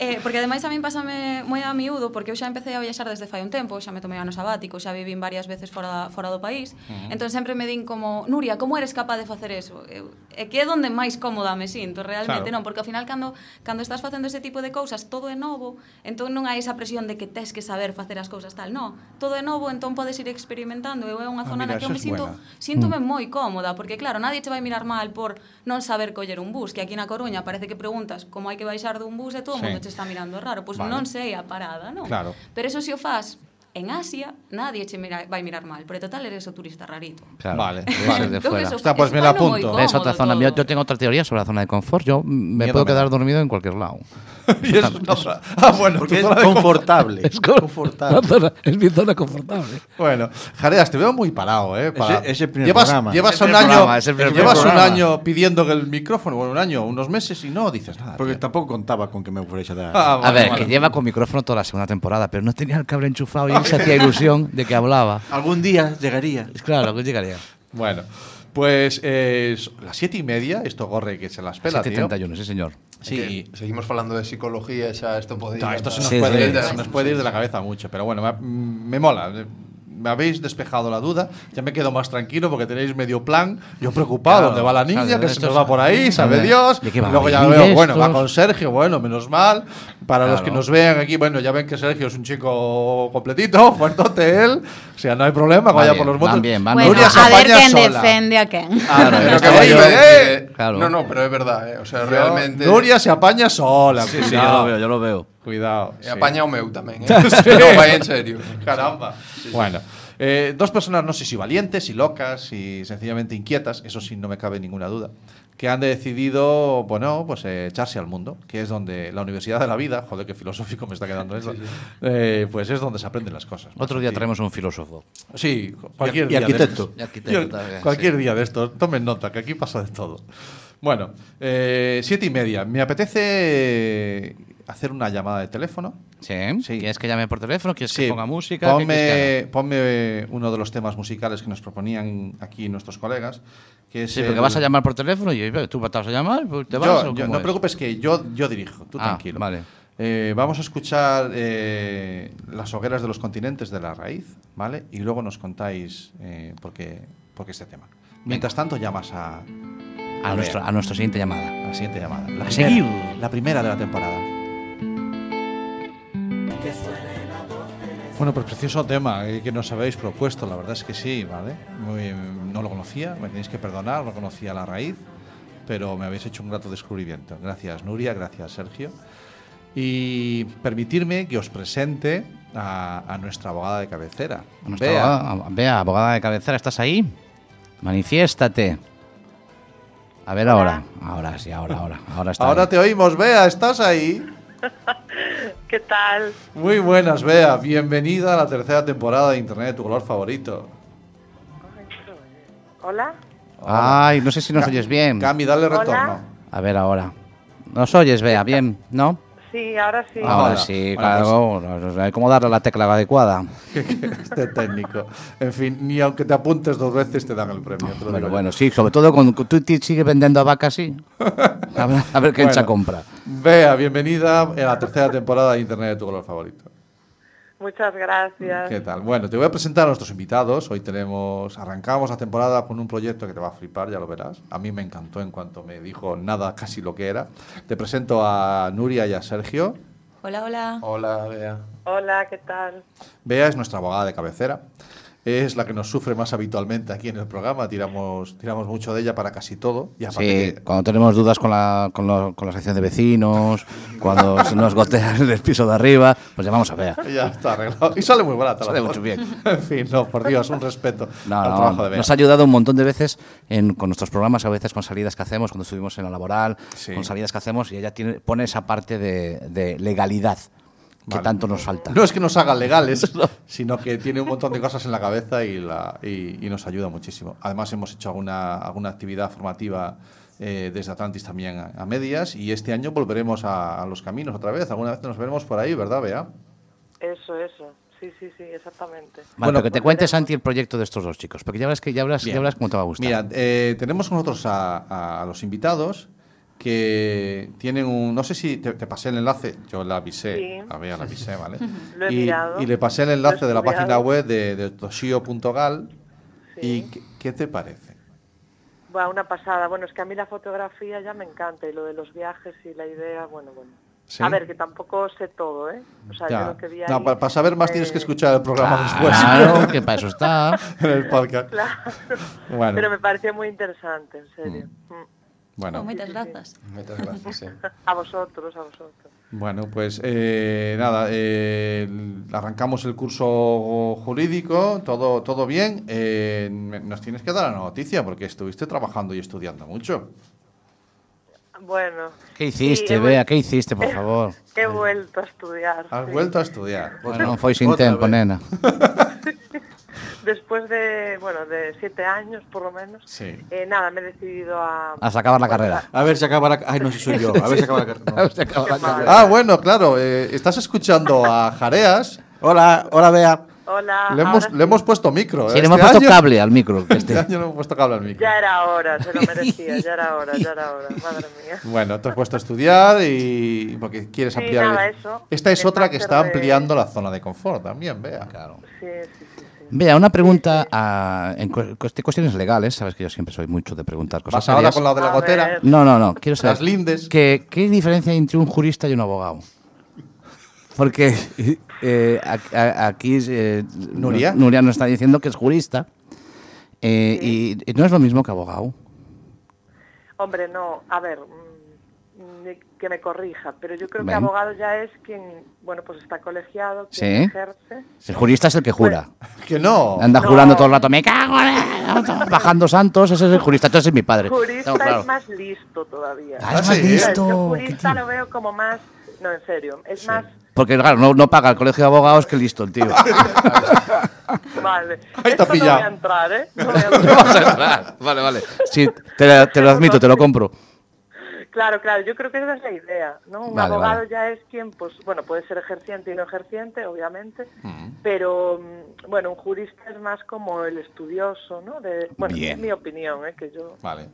Eh, porque ademais a min pásame moi a miúdo porque eu xa empecé a viaxar desde fai un tempo, xa me tomei o ano sabático, xa vivín varias veces fora, fora do país. Uh -huh. Entón sempre me din como, Nuria, como eres capaz de facer eso? Eu, e que é donde máis cómoda me sinto, realmente, Claro. non, porque ao final cando cando estás facendo ese tipo de cousas, todo é novo, entón non hai esa presión de que tes que saber facer as cousas tal, non. Todo é novo, entón podes ir experimentando. Eu é unha Ah, zona mira, na que eu esa me es sinto buena. Síntome Mm. moi cómoda, porque claro, nadie che vai mirar mal por non saber coller un bus, que aquí na Coruña parece que preguntas como hai que baixar dun bus e todo o Sí. mundo che está mirando raro, pois Vale. non sei a parada, non? Claro. Pero eso se o faz en Asia, nadie che mira, vai mirar mal, pero total eres o turista rarito. Claro, Vale, debe ser vale. de Entonces, fuera. eso Está, pues es me la bueno, muy apunto. cómodo Es otra zona. todo. Yo, yo tengo otra teoría sobre la zona de confort. Yo mm, me Miedo puedo me da. quedar dormido en cualquier lado. Y eso es otra- Ah, bueno, tu Porque es zona de confort. confortable. Es co- la zona- es mi zona confortable. Bueno, Jareas, te veo muy parado, ¿eh? Ese- ese primer llevas programa. llevas, Ese un, primer año, programa, ese primer llevas un programa. año pidiendo que el micrófono, bueno, un año, unos meses y no dices nada. Porque tío. tampoco contaba con que me fuese a dar. Ah, a bueno, ver, vale. que lleva con micrófono toda la segunda temporada, pero no tenía el cable enchufado y él se hacía ilusión de que hablaba. Algún día llegaría. Es Claro, que llegaría. Bueno, pues eh, es las siete y media, esto gorre que se las pela, tío. 731, sí, señor. Sí, Que Seguimos falando de psicología e xa isto podía... No, esto se nos, Sí, puede, sí. ir, se nos puede ir de la cabeza mucho, pero bueno, me, me mola. Me habéis despejado la duda, ya me quedo más tranquilo porque tenéis medio plan. Yo preocupado, Claro, ¿dónde va la niña? claro, que se esto nos es- va por ahí, sabe Hombre, Dios. ¿de qué va Luego a ya venir veo, bueno, estos? va con Sergio, bueno, menos mal. Para los Claro. que nos vean aquí, bueno, ya ven que Sergio es un chico completito, fuertote él. O sea, no hay problema, Va vaya bien, por los van motos. bien, van Nuria bien. se apaña sola. a quen. Ah, no, Pero esto que va me yo- iba a decir, eh. eh, Claro. No, no, pero é verdad, eh. O sea, yo- realmente... Nuria se apaña sola, cuidado. yo lo veo. Cuidado. E sí. apaña o meu tamén, eh. Pero vai en serio. Caramba. Bueno, eh, dos personas, no sé si valientes, si locas, si sencillamente inquietas, eso sí, no me cabe ninguna duda, que han decidido, bueno, pues eh, echarse al mundo, que es donde la universidad de la vida, joder, qué filosófico me está quedando eso, eh, pues es donde se aprenden las cosas. ¿no? Otro día Sí. traemos un filósofo. Sí, cualquier Y día. de arquitecto. estos. Y arquitecto Yo- también, cualquier sí. día de estos. Tomen nota, que aquí pasa de todo. Bueno, eh, siete y media. Me apetece hacer una llamada de teléfono. ¿Sí? Sí. ¿Quieres que llame por teléfono? ¿Quieres Sí, que ponga música? ¿Qué quieres que haga? Ponme, ponme uno de los temas musicales que nos proponían aquí nuestros colegas. Que es Sí, porque el- vas a llamar por teléfono y eh, tú te vas a llamar, pues, te Yo- vas. yo- o cómo no es? preocupes que yo, yo dirijo, tú Ah, tranquilo. vale. Eh, vamos a escuchar eh, las hogueras de los continentes de la raíz, ¿vale? Y luego nos contáis eh, por, qué, por qué este tema. Mientras tanto llamas a, A, nuestro, a nuestra siguiente llamada. a la siguiente llamada. La A primera- seguir. La primera de la temporada. Bueno, pues precioso tema eh, que nos habéis propuesto, la verdad es que sí, ¿vale? Muy- no lo conocía, me tenéis que perdonar, no conocía la raíz, pero me habéis hecho un grato descubrimiento. Gracias Nuria, gracias Sergio. Y permitirme que os presente a, a nuestra abogada de cabecera. A nuestra Bea. abogada- Bea, abogada de cabecera, ¿estás ahí? Manifiéstate. A ver ahora. Ahora sí, ahora, ahora. Ahora está. Ahora ahí. te oímos, Bea, ¿estás ahí? ¿Qué tal? Muy buenas, Bea, bienvenida a la tercera temporada de Internet de tu color favorito. ¿Hola? Ay, no sé si nos oyes bien. Cami, dale Hola. retorno. A ver ahora. Nos oyes, Bea, bien, ¿no? Sí, ahora sí. Ahora Ahora. pues- sí, Vale, claro. no- no- Hay como darle la tecla adecuada. este técnico. En fin, ni aunque te apuntes dos veces te dan el premio. te lo digo Bueno, yo. bueno, sí, sobre todo con Twitch sigue vendiendo a vacas, sí. A ver, a ver qué Bueno. hecha compra. Bea, bienvenida a la tercera temporada de Internet de tu color favorito. Muchas gracias. ¿Qué tal? Bueno, te voy a presentar a nuestros invitados. Hoy tenemos, arrancamos la temporada con un proyecto que te va a flipar, ya lo verás. A mí me encantó en cuanto me dijo nada, casi lo que era. Te presento a Nuria y a Sergio. Hola, hola. Hola, Bea. Hola, ¿qué tal? Bea es nuestra abogada de cabecera. es la que nos sufre más habitualmente aquí en el programa. Tiramos, tiramos mucho de ella para casi todo. Y aparte Sí, que- cuando tenemos dudas con la, con, lo- con la sección de vecinos, cuando se nos gotea el del piso de arriba, pues llamamos a Bea. ya está arreglado. Y sale muy barata. la Sale cosa. mucho bien. en fin, no, por Dios, un respeto No, al no, trabajo de Bea. nos ha ayudado un montón de veces en- con nuestros programas, a veces con salidas que hacemos, cuando estuvimos en la laboral, Sí. con salidas que hacemos, y ella tiene, pone esa parte de, de legalidad que Vale. tanto nos falta. No es que nos haga legales, sino que tiene un montón de cosas en la cabeza y, la- y- y nos ayuda muchísimo. Además, hemos hecho alguna, alguna actividad formativa eh, desde Atlantis también a, a medias y este año volveremos a, a los caminos otra vez. Alguna vez nos veremos por ahí, ¿verdad, Bea? Eso, eso. Sí, sí, sí, exactamente. Vale, pues, Bueno, pero que te volveremos. eh, cuentes, Santi, el proyecto de estos dos chicos, porque ya verás, que, ya verás, Bien. ya verás cómo te va a gustar. Mira, eh, tenemos con nosotros a, a los invitados que tienen un... No sé si te, te pasé el enlace, yo la avisé, Sí. a Bea la avisé, ¿vale? Lo he y, mirado, y le pasé el lo he enlace de la estudiado. página web de, de toshio.gal ¿Y Sí. qué, qué te parece? Va, una pasada. Bueno, es que a mí la fotografía ya me encanta y lo de los viajes y la idea, bueno, bueno. ¿Sí? A ver, que tampoco sé todo, ¿eh? O sea, Ya. yo lo que vi ahí... No, pa- para, saber más tienes que eh, escuchar el programa Claro, que para eso está. después en el podcast. Claro. Bueno. Pero me pareció muy interesante, en serio. Mm. Bueno, Muchas gracias. Muchas gracias, sí. A vosotros, a vosotros. bueno pues eh, nada, eh, arrancamos el curso jurídico, todo, todo bien. Eh, me- nos tienes que dar la noticia porque estuviste trabajando y estudiando mucho. Bueno, ¿Qué hiciste, he vuel- Bea? ¿Qué hiciste, por favor? he vuelto a estudiar. Has sí. vuelto a estudiar. Bueno, no fue sin otra tiempo, vez. nena. Después de, bueno, de siete años, por lo menos, Sí. Ah, eh, nada, me he decidido a... Has acabado la carrera. A ver si acaba la... Ay, no, si soy yo. A ver si acaba la carrera. Has acabado la carrera. Ah, bueno, claro, eh, estás escuchando a Jareas. Hola, hola, Bea. Hola, Le Ah, ahora hemos, sí. le hemos puesto micro. Sí, ¿eh? le hemos Este puesto año- cable al micro. que Este este- año le hemos puesto cable al micro. Ya era hora, se lo merecía, ya era hora, ya era hora, madre mía. Bueno, te has puesto a estudiar y porque quieres Sí, ampliar. el- nada, eso. Esta es El otra que máster está de- ampliando la zona de confort también, vea. Sí, sí, sí. sí. Vea, una pregunta a- en cu- cuest- cuestiones legales. Sabes que yo siempre soy mucho de preguntar cosas. Vas ahora serias. con la de la A gotera, ver. No, no, no. Quiero saber. las lindes. ¿qué, ¿Qué diferencia hay entre un jurista y un abogado? Porque eh, a- a- aquí eh, Nuria. Nuria nos está diciendo que es jurista eh, y, y no es lo mismo que abogado. Hombre, no, a ver, mm, ni- que me corrija, pero yo creo Ven. que abogado ya es quien, bueno, pues está colegiado, quien Sí. ejerce. El jurista es el que jura. Que no. Anda No. jurando todo el rato, me cago en... Bajando santos, ese es el jurista, entonces es mi padre. Jurista No, claro. es más listo todavía. Ah, Ah, es más sí. ¿Sabes? listo. Yo qué jurista tío. lo veo como más, no, en serio, es más, Porque claro, no, no paga el colegio de abogados, que listo el tío. vale. Ahí te ha Esto no voy pillado. a entrar, ¿eh? No voy a No vas a entrar. entrar. Vale, vale. Sí, te, te lo admito, te lo compro. Claro, claro, yo creo que esa es la idea, ¿no? Un Vale, abogado vale. ya es quien, pues, bueno, puede ser ejerciente y no ejerciente, obviamente, pero, mm, bueno, un jurista es más como el estudioso, ¿no? De, bueno, Bien. es mi opinión, ¿eh? Que yo... Vale.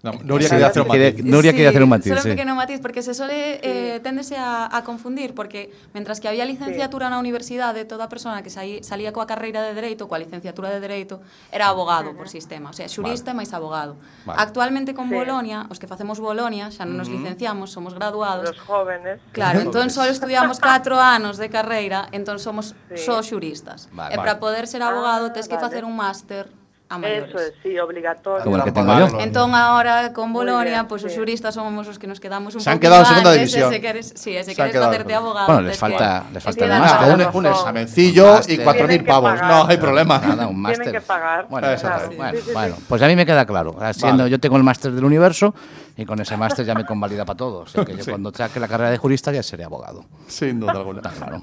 No, Nuria quería hacer un Quiere- matiz. Nuria quiere hacer un matiz, Solo sí. un pequeño matiz, porque se suele eh, tenderse a, a confundir, porque mientras que había licenciatura na universidade, toda persona que saí, salía coa carreira de Dereito, coa licenciatura de Dereito, era abogado por sistema, o sea, xurista e máis abogado. Vale. Actualmente con Sí. Bolonia, os que facemos Bolonia, xa non nos licenciamos, somos graduados, Los jóvenes. Claro, entón só estudiamos 4 anos de carreira, entón somos Sí. só xuristas. Vale, e vale. para poder ser abogado Ah, tes que vale. facer un máster a maiores. Eso es, sí, obligatorio. Como el que tengo yo. Entón agora con Muy Bolonia, bien, pois os sí. xuristas somos os que nos quedamos un Se han quedado pouquinho en segunda antes, división. E se queres, sí, e Se se han queres quedado en facerte segunda. abogado, Bueno, les tes falta- les que, tes falta que el dar Nada, la máster. Ah, un, razón. un Tienen que examencillo y pagar. 4.000 pavos. No hay problema. Nada, un Tienen máster. que pagar. Bueno, Ah, eso, claro, sí, bueno, sí, sí, bueno, sí. pues a mí me queda claro. O sea, siendo- Vale. yo tengo el máster del universo y con ese máster ya me convalida para todo. O sea que yo Sí. cuando saque la carrera de jurista ya seré abogado. Sin duda alguna. Está claro.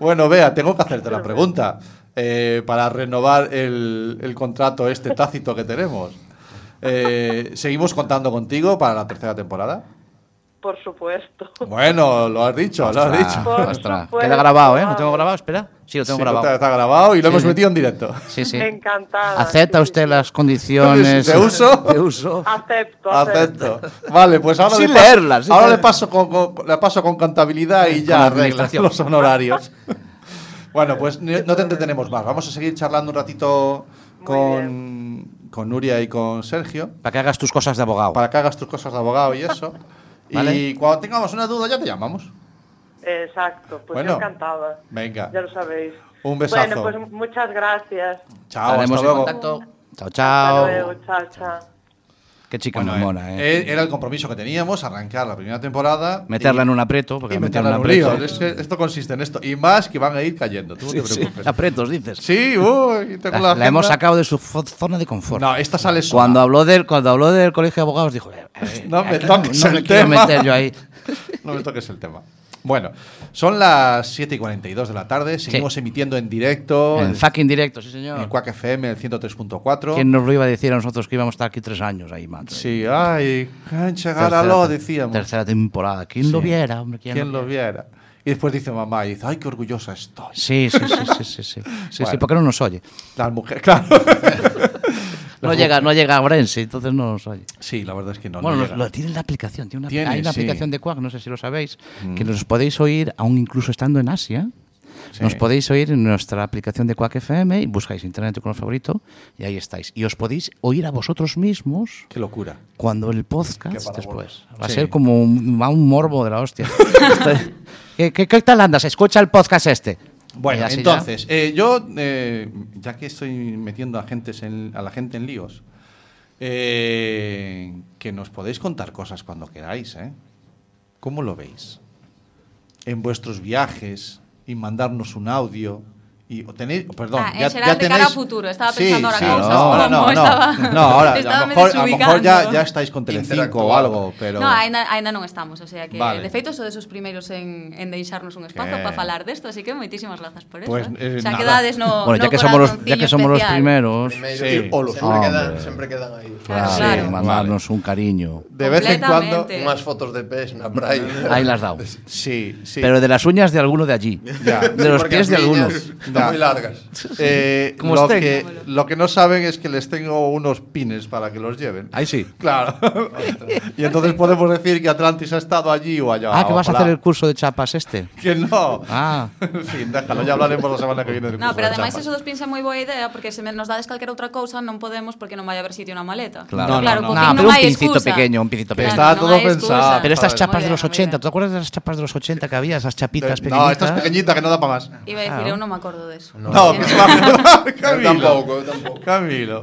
Bueno, vea, tengo que hacerte la pregunta eh, para renovar el, el contrato este tácito que tenemos. Eh, ¿Seguimos contando contigo para la tercera temporada? Por supuesto. Bueno, lo has dicho, lo has Ostras, dicho. Por ostras. supuesto, Queda grabado, ¿eh? ¿Lo vamos. tengo grabado? Espera. Sí, lo tengo Sí, grabado. Está, está grabado y lo Sí, hemos sí. metido en directo. Sí, sí. Encantada. ¿Acepta sí, sí, usted sí. las condiciones ¿De uso? de uso? Acepto, acepto. Acepto. Vale, pues ahora, Sin le, paso, leerla, sin ahora leer- le paso con, con- le paso con contabilidad y Con ya arreglas administración. los honorarios. bueno, pues no no te entretenemos más. Vamos a seguir charlando un ratito Muy con, con Nuria y con Sergio Para que hagas tus cosas de abogado. para que hagas tus cosas de abogado y eso. Y Vale. cuando tengamos una duda ya te llamamos. Exacto, pues Bueno. yo encantada. Venga. Ya lo pues, sabéis. Un besazo. Bueno, pues muchas gracias. Chao, hasta Estaremos en luego. contacto. Chao, Hasta chao. luego, chao, chao. Qué chica Bueno, más mona, eh. eh, Era el compromiso que teníamos, arrancar la primera temporada. Meterla y- en un aprieto, porque y la metieron meterla en un aprieto. lío. Es que esto consiste en esto. Y más que van a ir cayendo, tú no Sí, te sí, preocupes. Aprietos, dices. Sí, uy, tengo La, la, la agenda. hemos sacado de su fo- zona de confort. No, esta sale sola. cuando habló del cuando habló del colegio de abogados dijo, eh, eh, No me aquí toques no me el quiero tema. meter yo ahí. No me toques el tema. Bueno, son las 7 y 42 de la tarde. Seguimos emitiendo en directo. En fucking directo, sí en señor. Quack FM, el 103.4. ¿Quién nos lo iba a decir a nosotros que íbamos a estar aquí tres años ahí, macho? Sí, ay, cancha Tercera Garaló, te- decíamos. Tercera temporada. ¿Quién Sí. lo viera, hombre? ¿Quién, Quien lo lo viera. Y después dice mamá, y dice, ay, qué orgullosa estoy. Sí, sí, sí, sí, sí, sí. Sí, Bueno. sí, porque no nos oye. Las mujeres, claro. No llega, no llega a Orense, entonces no nos oye. Sí, la verdad es que no. bueno, no lo, llega. lo tiene en la aplicación. Tiene una, Tiene, hay una sí. Mm. aplicación de Quack, no sé si lo sabéis, que nos podéis oír, aún incluso estando en Asia. Sí. Nos podéis oír en nuestra aplicación de Quack FM y buscáis Internet con el favorito y ahí estáis. Y os podéis oír a vosotros mismos Qué locura. cuando el Qué podcast parabola. después. Va a Sí. ser como un, va un morbo de la hostia. Estoy- ¿Qué, qué, qué tal andas? Escucha el podcast este. Y Bueno, así ya. entonces, eh, yo, eh, ya que estoy metiendo a, gentes en- a la gente en líos, eh, que nos podéis contar cosas cuando queráis, ¿eh? ¿Cómo lo veis? En vuestros viajes y mandarnos un audio. Y, o tenéis, o perdón, Ah, en ya, general ya de tenéis... cara a futuro. Estaba pensando ahora, ¿cómo no, estaba? ahora no, ¿Cómo no, estaba? no, ahora, a Estaba lo me mejor, a lo mejor ya, desubicando. ya estáis con Telecinco o Interactuar. algo, pero... No, aina, aina non estamos, o sea que Vale. vale. de feito sodes os primeiros en, en deixarnos un espazo Que- para falar desto, así que moitísimas grazas por eso. Pues, eh, eh, o sea, nada. quedades no Bueno, ya no que somos los, ya corazonciño que somos los especial. primeros, Primero, Sí. o los siempre, Hombre. quedan, siempre quedan ahí. claro, Claro, claro. sí, mandarnos un cariño. de vez en cuando... Completamente. Unas fotos de pez en la playa. Ahí las has dado. Sí, sí. Pero de las uñas de alguno de allí. Ya. De los Porque pies de las niñas algunos. Están muy largas. Eh, Como lo, steak. que, lo que no saben es que les tengo unos pines para que los lleven. Ahí sí. Claro. y entonces podemos decir que Atlantis ha estado allí o allá. Ah, que vas a ojalá. hacer el curso de chapas este. Que no. Ah, En fin, déjalo, ya hablaremos la semana que viene. del No, curso pero de ademais chapas. eso dos pinse moi boa idea porque se me nos dades calquera outra cousa non podemos porque non vai haber sitio na maleta. Claro. No, no, claro no. No, con Pin pero non un hai pincito excusa. pequeño, un pincito pequeño. Estaba todo non hai pensado. excusa. pero Ah, estas Joder. chapas de los Muy bien, muy 80, bien. ¿tú te acuerdas de las chapas de los 80 que había? Esas chapitas Eh, pequeñitas. No, esta es pequeñita que no da para más. Iba a decir, eu non me acordo deso. No, que se va a pegar. Camilo. Yo tampoco, yo tampoco. Camilo.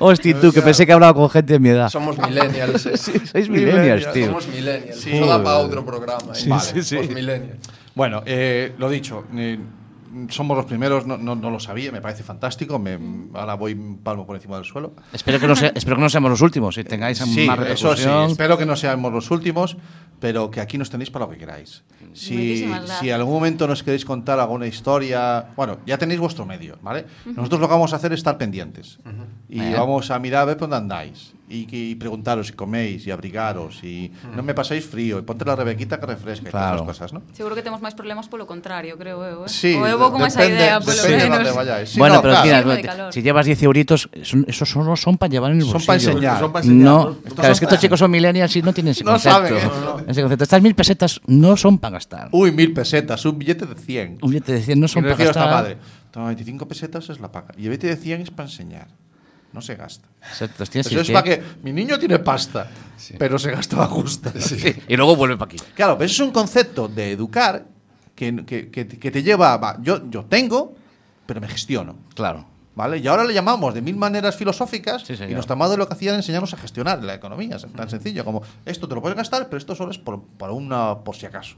Hostia, tú, que pensé que hablaba con gente de mi edad. Somos millennials. eh. Sois millennials, millennials, tío. Somos millennials. Sí. Eso da para otro programa. eh. vale, sí, sí. pues millennials. Bueno, eh, lo dicho. eh, somos los primeros, no, no- no lo sabía, me parece fantástico. me- ahora voy un palmo por encima del suelo. Espero, que no sea- espero que no seamos los últimos y tengáis Sí, más eso sí. repercusión. Espero que no seamos los últimos, pero que aquí nos tenéis para lo que queráis. Si, Muchísimas gracias. si en algún momento nos queréis contar alguna historia, bueno, ya tenéis vuestro medio, ¿vale? Nosotros lo que vamos a hacer es estar pendientes. Y Bien. vamos a mirar a ver por dónde andáis. Y, que- y preguntaros si coméis y abrigaros y no me pasáis frío y ponte la rebequita que refresca y todas Claro. esas cosas, ¿no? Seguro que temos máis problemas polo contrario, creo eu, eh. Sí, o eu vou con esa depende- idea polo depende de menos. dónde vayáis. Sí, no, bueno, pero claro. mira, Lleno de calor. si llevas 10 euritos, son- esos solo son para llevar en el Son bolsillo. para enseñar. Son para enseñar, No, ¿no? claro, es que estos chicos son millennials y no tienen ese No concepto. saben, ¿eh? Ese concepto. Estas mil pesetas no son para gastar. Uy, mil pesetas, un billete de 100. Un billete de 100 no son Y le para digo a esta gastar. madre, toma 25 pesetas es la paga. Y el billete de 100 es para enseñar. No se gasta. Exacto, tienes Eso es 100. para que mi niño tiene pasta, pero se gasta la justa. Y luego vuelve para aquí. Claro, pero eso es un concepto de educar que, que- que- que te lleva a... va, Yo, yo tengo, pero me gestiono. Claro. ¿Vale? Y ahora le llamamos de mil maneras filosóficas Sí, señor. y nuestra madre lo que hacía era enseñarnos a gestionar la economía. Es tan sencillo como esto te lo puedes gastar, pero esto solo es por, para una por si acaso.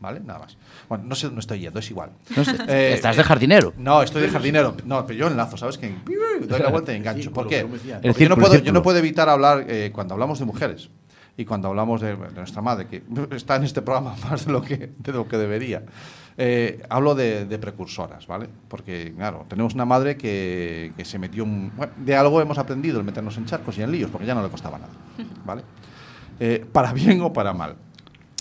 ¿Vale? Nada más. Bueno, no sé dónde estoy yendo, es igual. No sé, Eh, estás de jardinero. No, estoy de jardinero. No, pero yo enlazo, ¿sabes? Que doy la vuelta y engancho. ¿Por qué? El círculo, Porque yo, no el puedo, yo círculo. no puedo evitar hablar eh, cuando hablamos de mujeres y cuando hablamos de, de nuestra madre, que está en este programa más de lo que, de lo que debería. Eh, hablo de, de precursoras, ¿vale? Porque, claro, tenemos una madre que, que se metió... un- bueno, de algo hemos aprendido el meternos en charcos y en líos, porque ya no le costaba nada, ¿vale? Eh, para bien o para mal.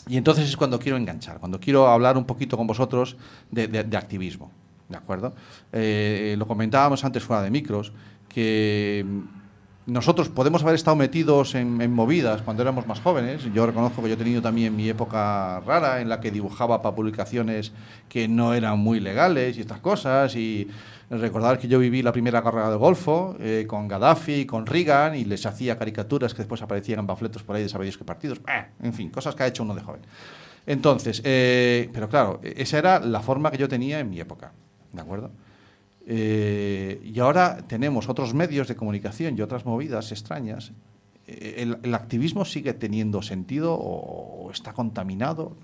Y entonces es cuando quiero enganchar, cuando quiero hablar un poquito con vosotros de, de- de activismo. ¿De acuerdo? Eh, lo comentábamos antes fuera de micros, que mm, nosotros podemos haber estado metidos en, en movidas cuando éramos más jóvenes. Yo reconozco que yo he tenido también mi época rara en la que dibujaba para publicaciones que no eran muy legales y estas cosas. Y recordar que yo viví la primera guerra del Golfo eh, con Gaddafi, con Reagan y les hacía caricaturas que después aparecían en panfletos por ahí de sabéis qué partidos. Bah, en fin, cosas que ha hecho uno de joven. Entonces, eh, pero claro, esa era la forma que yo tenía en mi época. ¿De acuerdo? Eh, y ahora tenemos otros medios de comunicación y otras movidas extrañas. Eh, ¿El, el activismo sigue teniendo sentido o, o está contaminado?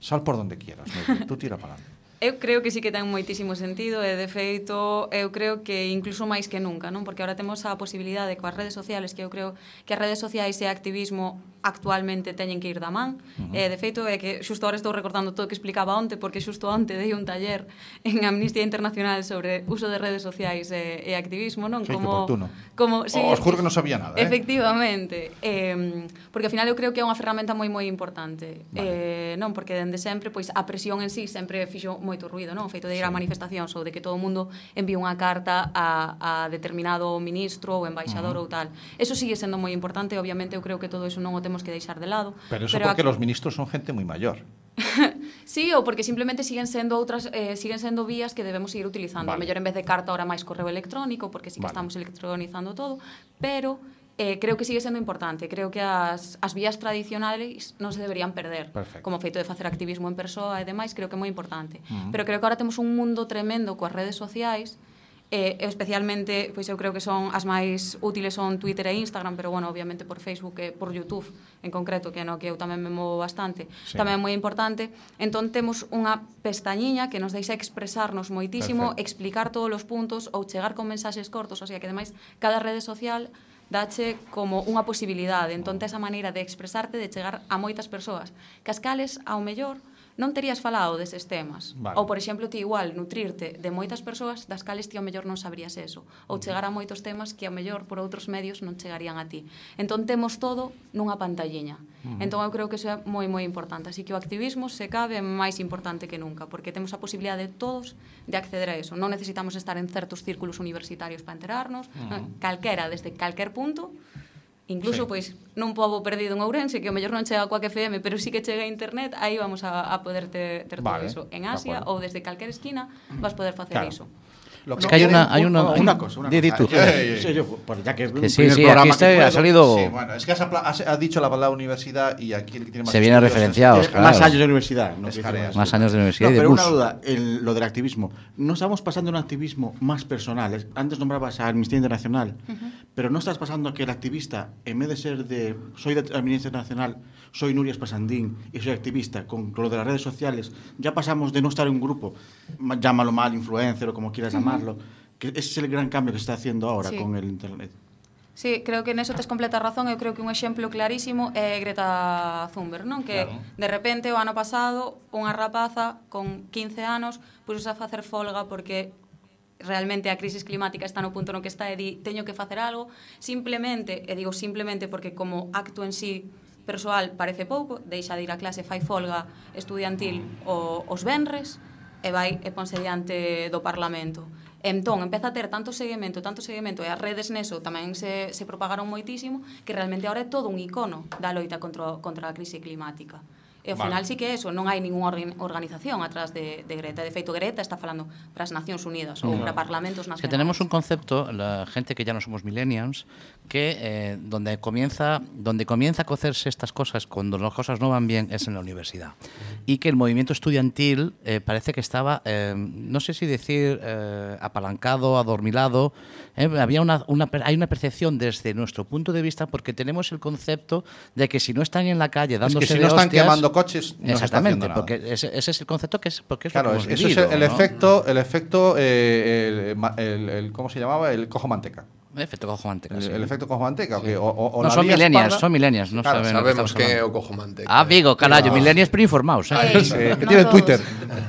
Sal por donde quieras, Mary, tú tira para adelante. Eu creo que sí que ten moitísimo sentido e, de feito, eu creo que incluso máis que nunca, non? Porque ahora temos a posibilidade coas redes sociales, que eu creo que as redes sociais e activismo actualmente teñen que ir da man. Uh -huh. E, de feito, é que xusto ahora estou recordando todo o que explicaba onte, porque xusto onte dei un taller en Amnistía Internacional sobre uso de redes sociais e, e activismo, non? Sí, que oportuno. como, sí, Os juro que non sabía nada. ¿eh? Efectivamente, eh, porque ao final eu creo que é unha ferramenta moi moi importante. Vale. Eh, non, porque dende sempre pois a presión en sí sempre fixo moito ruido, non? O feito de ir a manifestacións ou de que todo o mundo envíe unha carta a, a determinado ministro ou embaixador ou tal. Eso sigue sendo moi importante, obviamente eu creo que todo eso non o temos que deixar de lado. Pero eso porque ac- los ministros son gente muy mayor. Sí, ou porque simplemente siguen sendo outras eh, siguen sendo vías que debemos seguir utilizando. Vale. Vale. Mellor en vez de carta ahora máis correo electrónico, porque sí que Vale. vale. estamos electronizando todo, pero eh, creo que sigue sendo importante. Creo que as, as vías tradicionais non se deberían perder. Perfecto. Como o feito de facer activismo en persoa e demais, creo que é moi importante. Ujú. Pero creo que agora temos un mundo tremendo coas redes sociais, eh, e especialmente, pois eu creo que son as máis útiles son Twitter e Instagram, pero bueno, obviamente por Facebook e por YouTube en concreto, que é no que eu tamén me movo bastante, Sí. sí. tamén é moi importante. Entón temos unha pestañiña que nos deixa expresarnos moitísimo, Perfecto. explicar todos os puntos ou chegar con mensaxes cortos, o sea que ademais cada rede social dache como unha posibilidade, entón tes a maneira de expresarte, de chegar a moitas persoas, cas cales ao mellor non terías falado deses temas. Vale. Ou, por exemplo, ti igual nutrirte de moitas persoas das cales ti ao mellor non sabrías eso, ou chegar a moitos temas que ao mellor por outros medios non chegarían a ti. Entón temos todo nunha pantalliña. Entón eu creo que iso é moi moi importante, así que o activismo se cabe é máis importante que nunca, porque temos a posibilidade de todos de acceder a eso. Non necesitamos estar en certos círculos universitarios para enterarnos, Ujú. calquera desde calquer punto Sí. Incluso, sí. pois, nun pobo perdido en Ourense, que o mellor non chega coa que FM, pero sí que chega a internet, aí vamos a, a poder ter, ter Vale, todo iso. En de Asia acuerdo. ou desde calquer esquina vas poder facer Claro. iso. Lo Es que hay una. Hay una, Una, hay- una cosa, una Di, di cosa. tú. Eh, sí, yo, pues, ya que es Que el sí, primer sí, programa aquí que está, puedo- ha salido- Sí, bueno, es que has, apla- has- has dicho la palabra universidad y aquí el que tiene más Se viene estudios es- referenciado, es- claro. Más años de universidad. No Es Que jarea, más- sí. Más años de universidad y eh, de No, pero bus. una duda, el- lo del activismo. No estamos pasando a un activismo más personal. Es- Antes nombrabas a Amnistía Internacional, pero no estás pasando a que el activista, en vez de ser de soy de Amnistía Internacional, soy Nuria Espasandín y soy activista, con lo de las redes sociales, ya pasamos de no estar en un grupo, ma- llámalo mal, influencer o como quieras llamarlo, que ese es el gran cambio que se está haciendo ahora Sí. con el Internet. Sí, creo que neso tes completa razón, eu creo que un exemplo clarísimo é Greta Thunberg, non? Que Claro. claro. de repente o ano pasado unha rapaza con 15 anos puxose a facer folga porque realmente a crisis climática está no punto no que está e di, teño que facer algo, simplemente, e digo simplemente porque como acto en sí persoal parece pouco, deixa de ir a clase, fai folga estudiantil o, os venres, e vai e ponse diante do Parlamento. Entón, empeza a ter tanto seguimento, tanto seguimento, e as redes neso tamén se, se propagaron moitísimo, que realmente ahora é todo un icono da loita contra, o- contra a crise climática. E ao Vale. final sí que é eso, non hai ningunha organ- organización atrás de, de Greta. De feito, Greta está falando para as Nacións Unidas ou para Es parlamentos que nacionales. tenemos un concepto, la gente que ya no somos millennials, que eh, donde comienza donde comienza a cocerse estas cosas cuando las cosas no van bien es en la universidad. Y que el movimiento estudiantil eh, parece que estaba, eh, no sé si decir eh, apalancado, adormilado. eh, había una, una per- hay una percepción desde nuestro punto de vista porque tenemos el concepto de que si no están en la calle Es dándose que si de no están hostias- quemando coches, no se está haciendo Exactamente, nada. porque ese, ese es el concepto que es porque es lo Claro, que es- hemos eso es vivido, el, el ¿no? efecto, el efecto, eh, el- ma- el- el- ¿cómo se llamaba? El cojo manteca. Efecto cojo manteca, El, sí. el efecto cojo manteca. que o- o- o No, la son lías millennials, parda- son millennials, no Claro, saben lo Sabemos que, que estamos o hablando. cojo manteca. Ah, Vigo, carajo, Cuidado. millennials ¿eh? preinformados, ¿sabes? Ei, Sí, que non tienes todos. Twitter.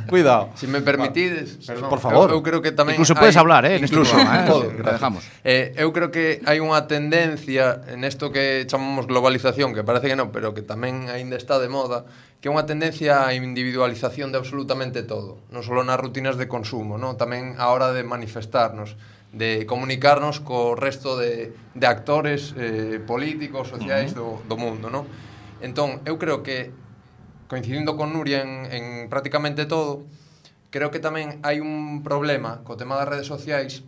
Cuidado. Si me permitides, perdón, por favor. Eu, eu creo que tamén Incluso hai- podes hablar, eh, neste incluso, programa, eh, o todo, sea, gracias. dejamos. Eh, eu creo que hai unha tendencia en isto que chamamos globalización, que parece que non, pero que tamén aínda está de moda, que é unha tendencia á individualización de absolutamente todo, non só nas rutinas de consumo, non? tamén a hora de manifestarnos de comunicarnos co resto de, de actores eh, políticos, sociais do, do mundo, non? Entón, eu creo que coincidindo con Nuria en, en prácticamente todo, creo que tamén hai un problema co tema das redes sociais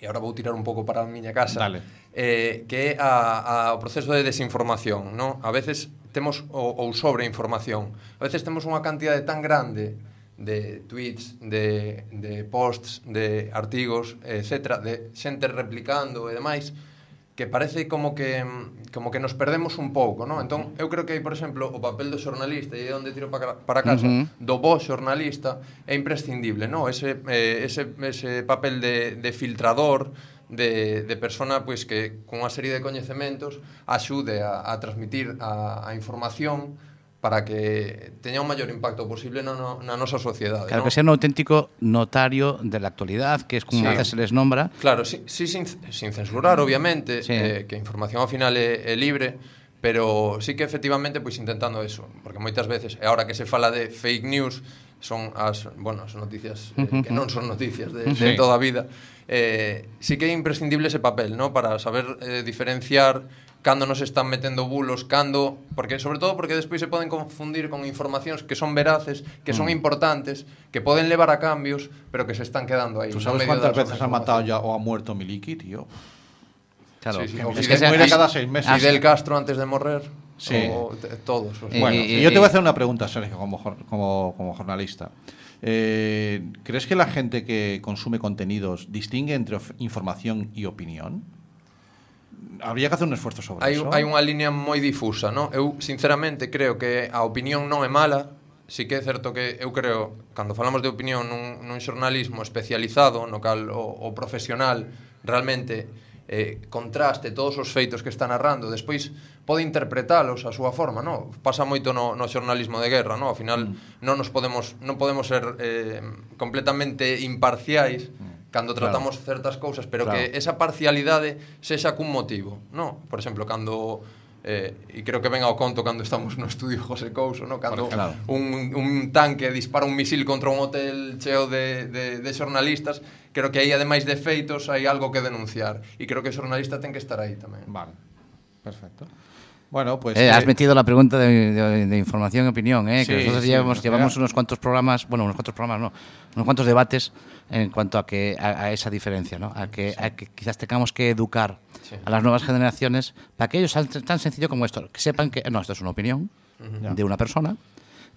e agora vou tirar un pouco para a miña casa Dale. eh, que é a, a, o proceso de desinformación non? a veces temos o, ou sobreinformación a veces temos unha cantidade tan grande de tweets, de, de posts, de artigos, etcétera, de xente replicando e demais, que parece como que mm, como que nos perdemos un pouco, non? Entón, eu creo que hai, por exemplo, o papel do xornalista e aí é onde tiro para, ca- para casa, Ujú. do bo xornalista é imprescindible, non? Ese, eh, ese, ese papel de, de filtrador, de, de persona pois, que con unha serie de coñecementos axude a, a transmitir a, a información para que teña un maior impacto posible na, no- na nosa sociedade. Claro, non? que sea un auténtico notario de la actualidad, que es como a Sí. veces se les nombra. Claro, sí, sí sin, Mm. sin censurar, obviamente, Sí. eh, que a información ao final é, é libre, pero sí que efectivamente pois intentando eso, porque moitas veces, e ahora que se fala de fake news, son as, bueno, as noticias eh, que non son noticias de, Sí. de toda a vida. Eh, sí que é imprescindible ese papel, ¿no? Para saber eh, diferenciar cando nos están metendo bulos, cando, porque sobre todo porque despois se poden confundir con informacións que son veraces, que Mm. son importantes, que poden levar a cambios, pero que se están quedando aí. ¿Tú no sabes medio da cuántas veces ha desinformación. matado ya o ha muerto Miliki, tío? Claro, Sí, sí, que o es Fidel- que muere cada seis meses. Fidel Castro antes de morrer. Sí. o te- todos. o sea. Bueno, y Eh, eh, yo te voy a eh. hacer una pregunta, Sergio, como, jor- como, como jornalista. Eh, ¿Crees que la gente que consume contenidos distingue entre of- información y opinión? Habría que hacer un esfuerzo sobre hai, eso. hai unha línea moi difusa, non? Eu sinceramente creo que a opinión non é mala, Si que é certo que eu creo, cando falamos de opinión nun, nun xornalismo especializado, no cal o, o profesional realmente eh, contraste todos os feitos que está narrando, despois pode interpretalos a súa forma, non? Pasa moito no, no xornalismo de guerra, non? Ao final Mm. non nos podemos non podemos ser eh, completamente imparciais Mm. cando Claro. tratamos certas cousas, pero Claro. que esa parcialidade sexa cun motivo, no? Por exemplo, cando eh, e creo que ven ao conto cando estamos no estudio José Couso, no? Por Cando claro. un, un tanque dispara un misil contra un hotel cheo de, de, de xornalistas, creo que aí ademais de feitos hai algo que denunciar e creo que o xornalista ten que estar aí tamén. Vale, perfecto. Bueno, pues... Eh, has eh, metido la pregunta de, de- de información y opinión, ¿eh? Sí, que nosotros sí, llevamos, nos queda- llevamos unos cuantos programas, bueno, unos cuantos programas no, unos cuantos debates en cuanto a que a, a esa diferencia, ¿no? a, que, a que quizás tengamos que educar Sí. a las nuevas generaciones para que ellos, sean tan sencillo como esto, que sepan que no, esto es una opinión Ya. de una persona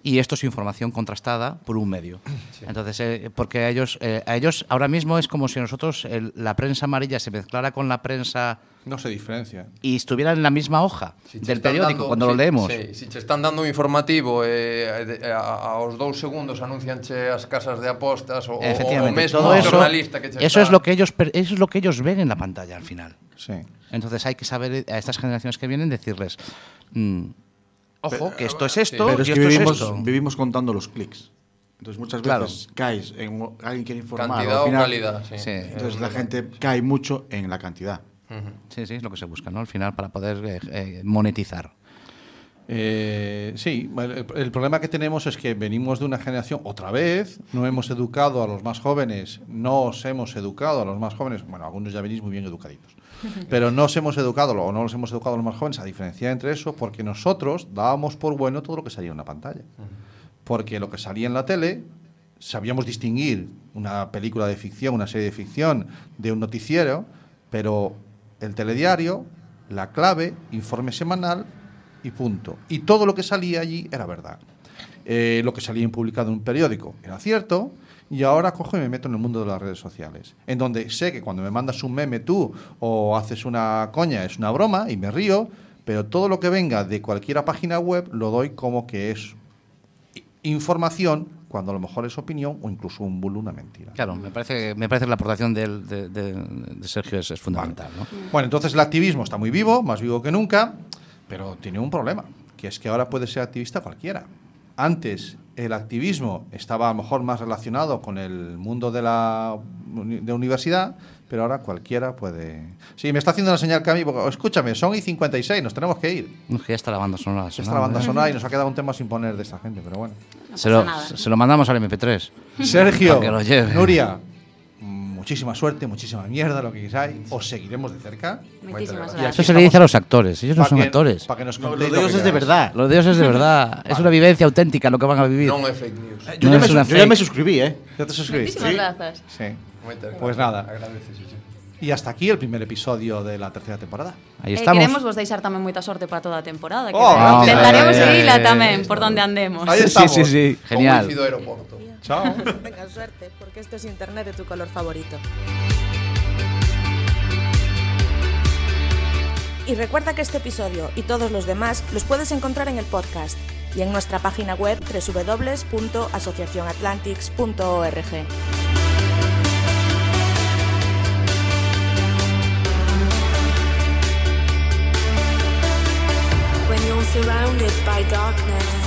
y esto es información contrastada por un medio. Entonces, eh, porque a ellos, eh, a ellos ahora mismo es como si nosotros el- la prensa amarilla se mezclara con la prensa No se diferencia. y estuviera en la misma hoja Si che del están periódico dando- cuando lo si- leemos. Si, si che están dando un informativo e eh, de- a- aos dous segundos anuncianche as casas de apostas o, o, o Efectivamente, mesmo todo eso, jornalista que che eso es está- lo que ellos per- eso es lo que ellos ven en la pantalla al final. Sí. Entonces hay que saber eh, a estas generaciones que vienen decirles, mm, ojo, que esto es esto Pero y es que esto es vivimos, esto. vivimos contando los clics. Entonces muchas Claro. veces caes en o- alguien quiere informar. Cantidad o opinar. calidad, sí. Sí. É Entonces un la debate. gente cae mucho en la cantidad. Ujú. Sí, sí, es lo que se busca, ¿no? Al final para poder eh, eh, monetizar. Eh, sí, el, el problema que tenemos es que venimos de una generación, otra vez, no hemos educado a los más jóvenes, no os hemos educado a los más jóvenes, bueno, algunos ya venís muy bien educaditos, pero no os hemos educado o no los hemos educado a los más jóvenes a diferenciar entre eso porque nosotros dábamos por bueno todo lo que salía en una pantalla. Porque lo que salía en la tele sabíamos distinguir una película de ficción, una serie de ficción, de un noticiero, pero el telediario, la clave, informe semanal y punto. Y todo lo que salía allí era verdad. Eh, lo que salía publicado en un periódico era cierto. Y ahora cojo y me meto en el mundo de las redes sociales, en donde sé que cuando me mandas un meme tú o haces una coña es una broma y me río, pero todo lo que venga de cualquier página web lo doy como que es información cuando a lo mejor es opinión o incluso un bulo, una mentira. Claro, me parece me parece que la aportación del- de, de- de Sergio es, es fundamental, ¿no? Bueno, entonces el activismo está muy vivo, más vivo que nunca, pero tiene un problema, que es que ahora puede ser activista cualquiera. Antes el activismo estaba a lo mejor más relacionado con el mundo de la uni- de universidad, pero ahora cualquiera puede... Sí, me está haciendo una señal Cami, porque escúchame, son y 56, nos tenemos que ir. No, que ya está la banda sonora. Esta sonando, la banda ¿eh? sonora y nos ha quedado un tema sin poner de esta gente, pero bueno. No Se pasa lo, nada. se lo mandamos al MP3. Sergio, Pa' que lo lleve. Nuria, mm, muchísima suerte, muchísima mierda, lo que queráis. Os seguiremos de cerca. Moitísimas Y gracias. Eso se le dice a los actores, ellos no Pa' son que- actores. pa' que nos No, contéis lo de lo ellos que es de queráis. verdad. Lo de ellos es de verdad, es una vivencia auténtica lo que van a vivir. Non é fake news. Yo, No ya, es me, una yo ya fake. me suscribí, ¿eh? ¿Ya te suscribiste? Moitísimas grazas. Sí. Moitas Pues gracias. nada. Agradeces, sí. Y hasta aquí el primer episodio de la tercera temporada. Aí Eh, estamos. queremos vos deixar tamén moita sorte para toda a temporada. Que Oh, veremos. gracias. Intentaremos Ahí seguirla está. tamén por donde andemos. Ahí sí, estamos. sí, sí. Con wifi Genial. do aeroporto. Chao. Tengan suerte, porque esto es internet de tu color favorito. Y recuerda que este episodio y todos los demás los puedes encontrar en el podcast y en nuestra página web www.asociacionatlantics.org. When you're surrounded by darkness,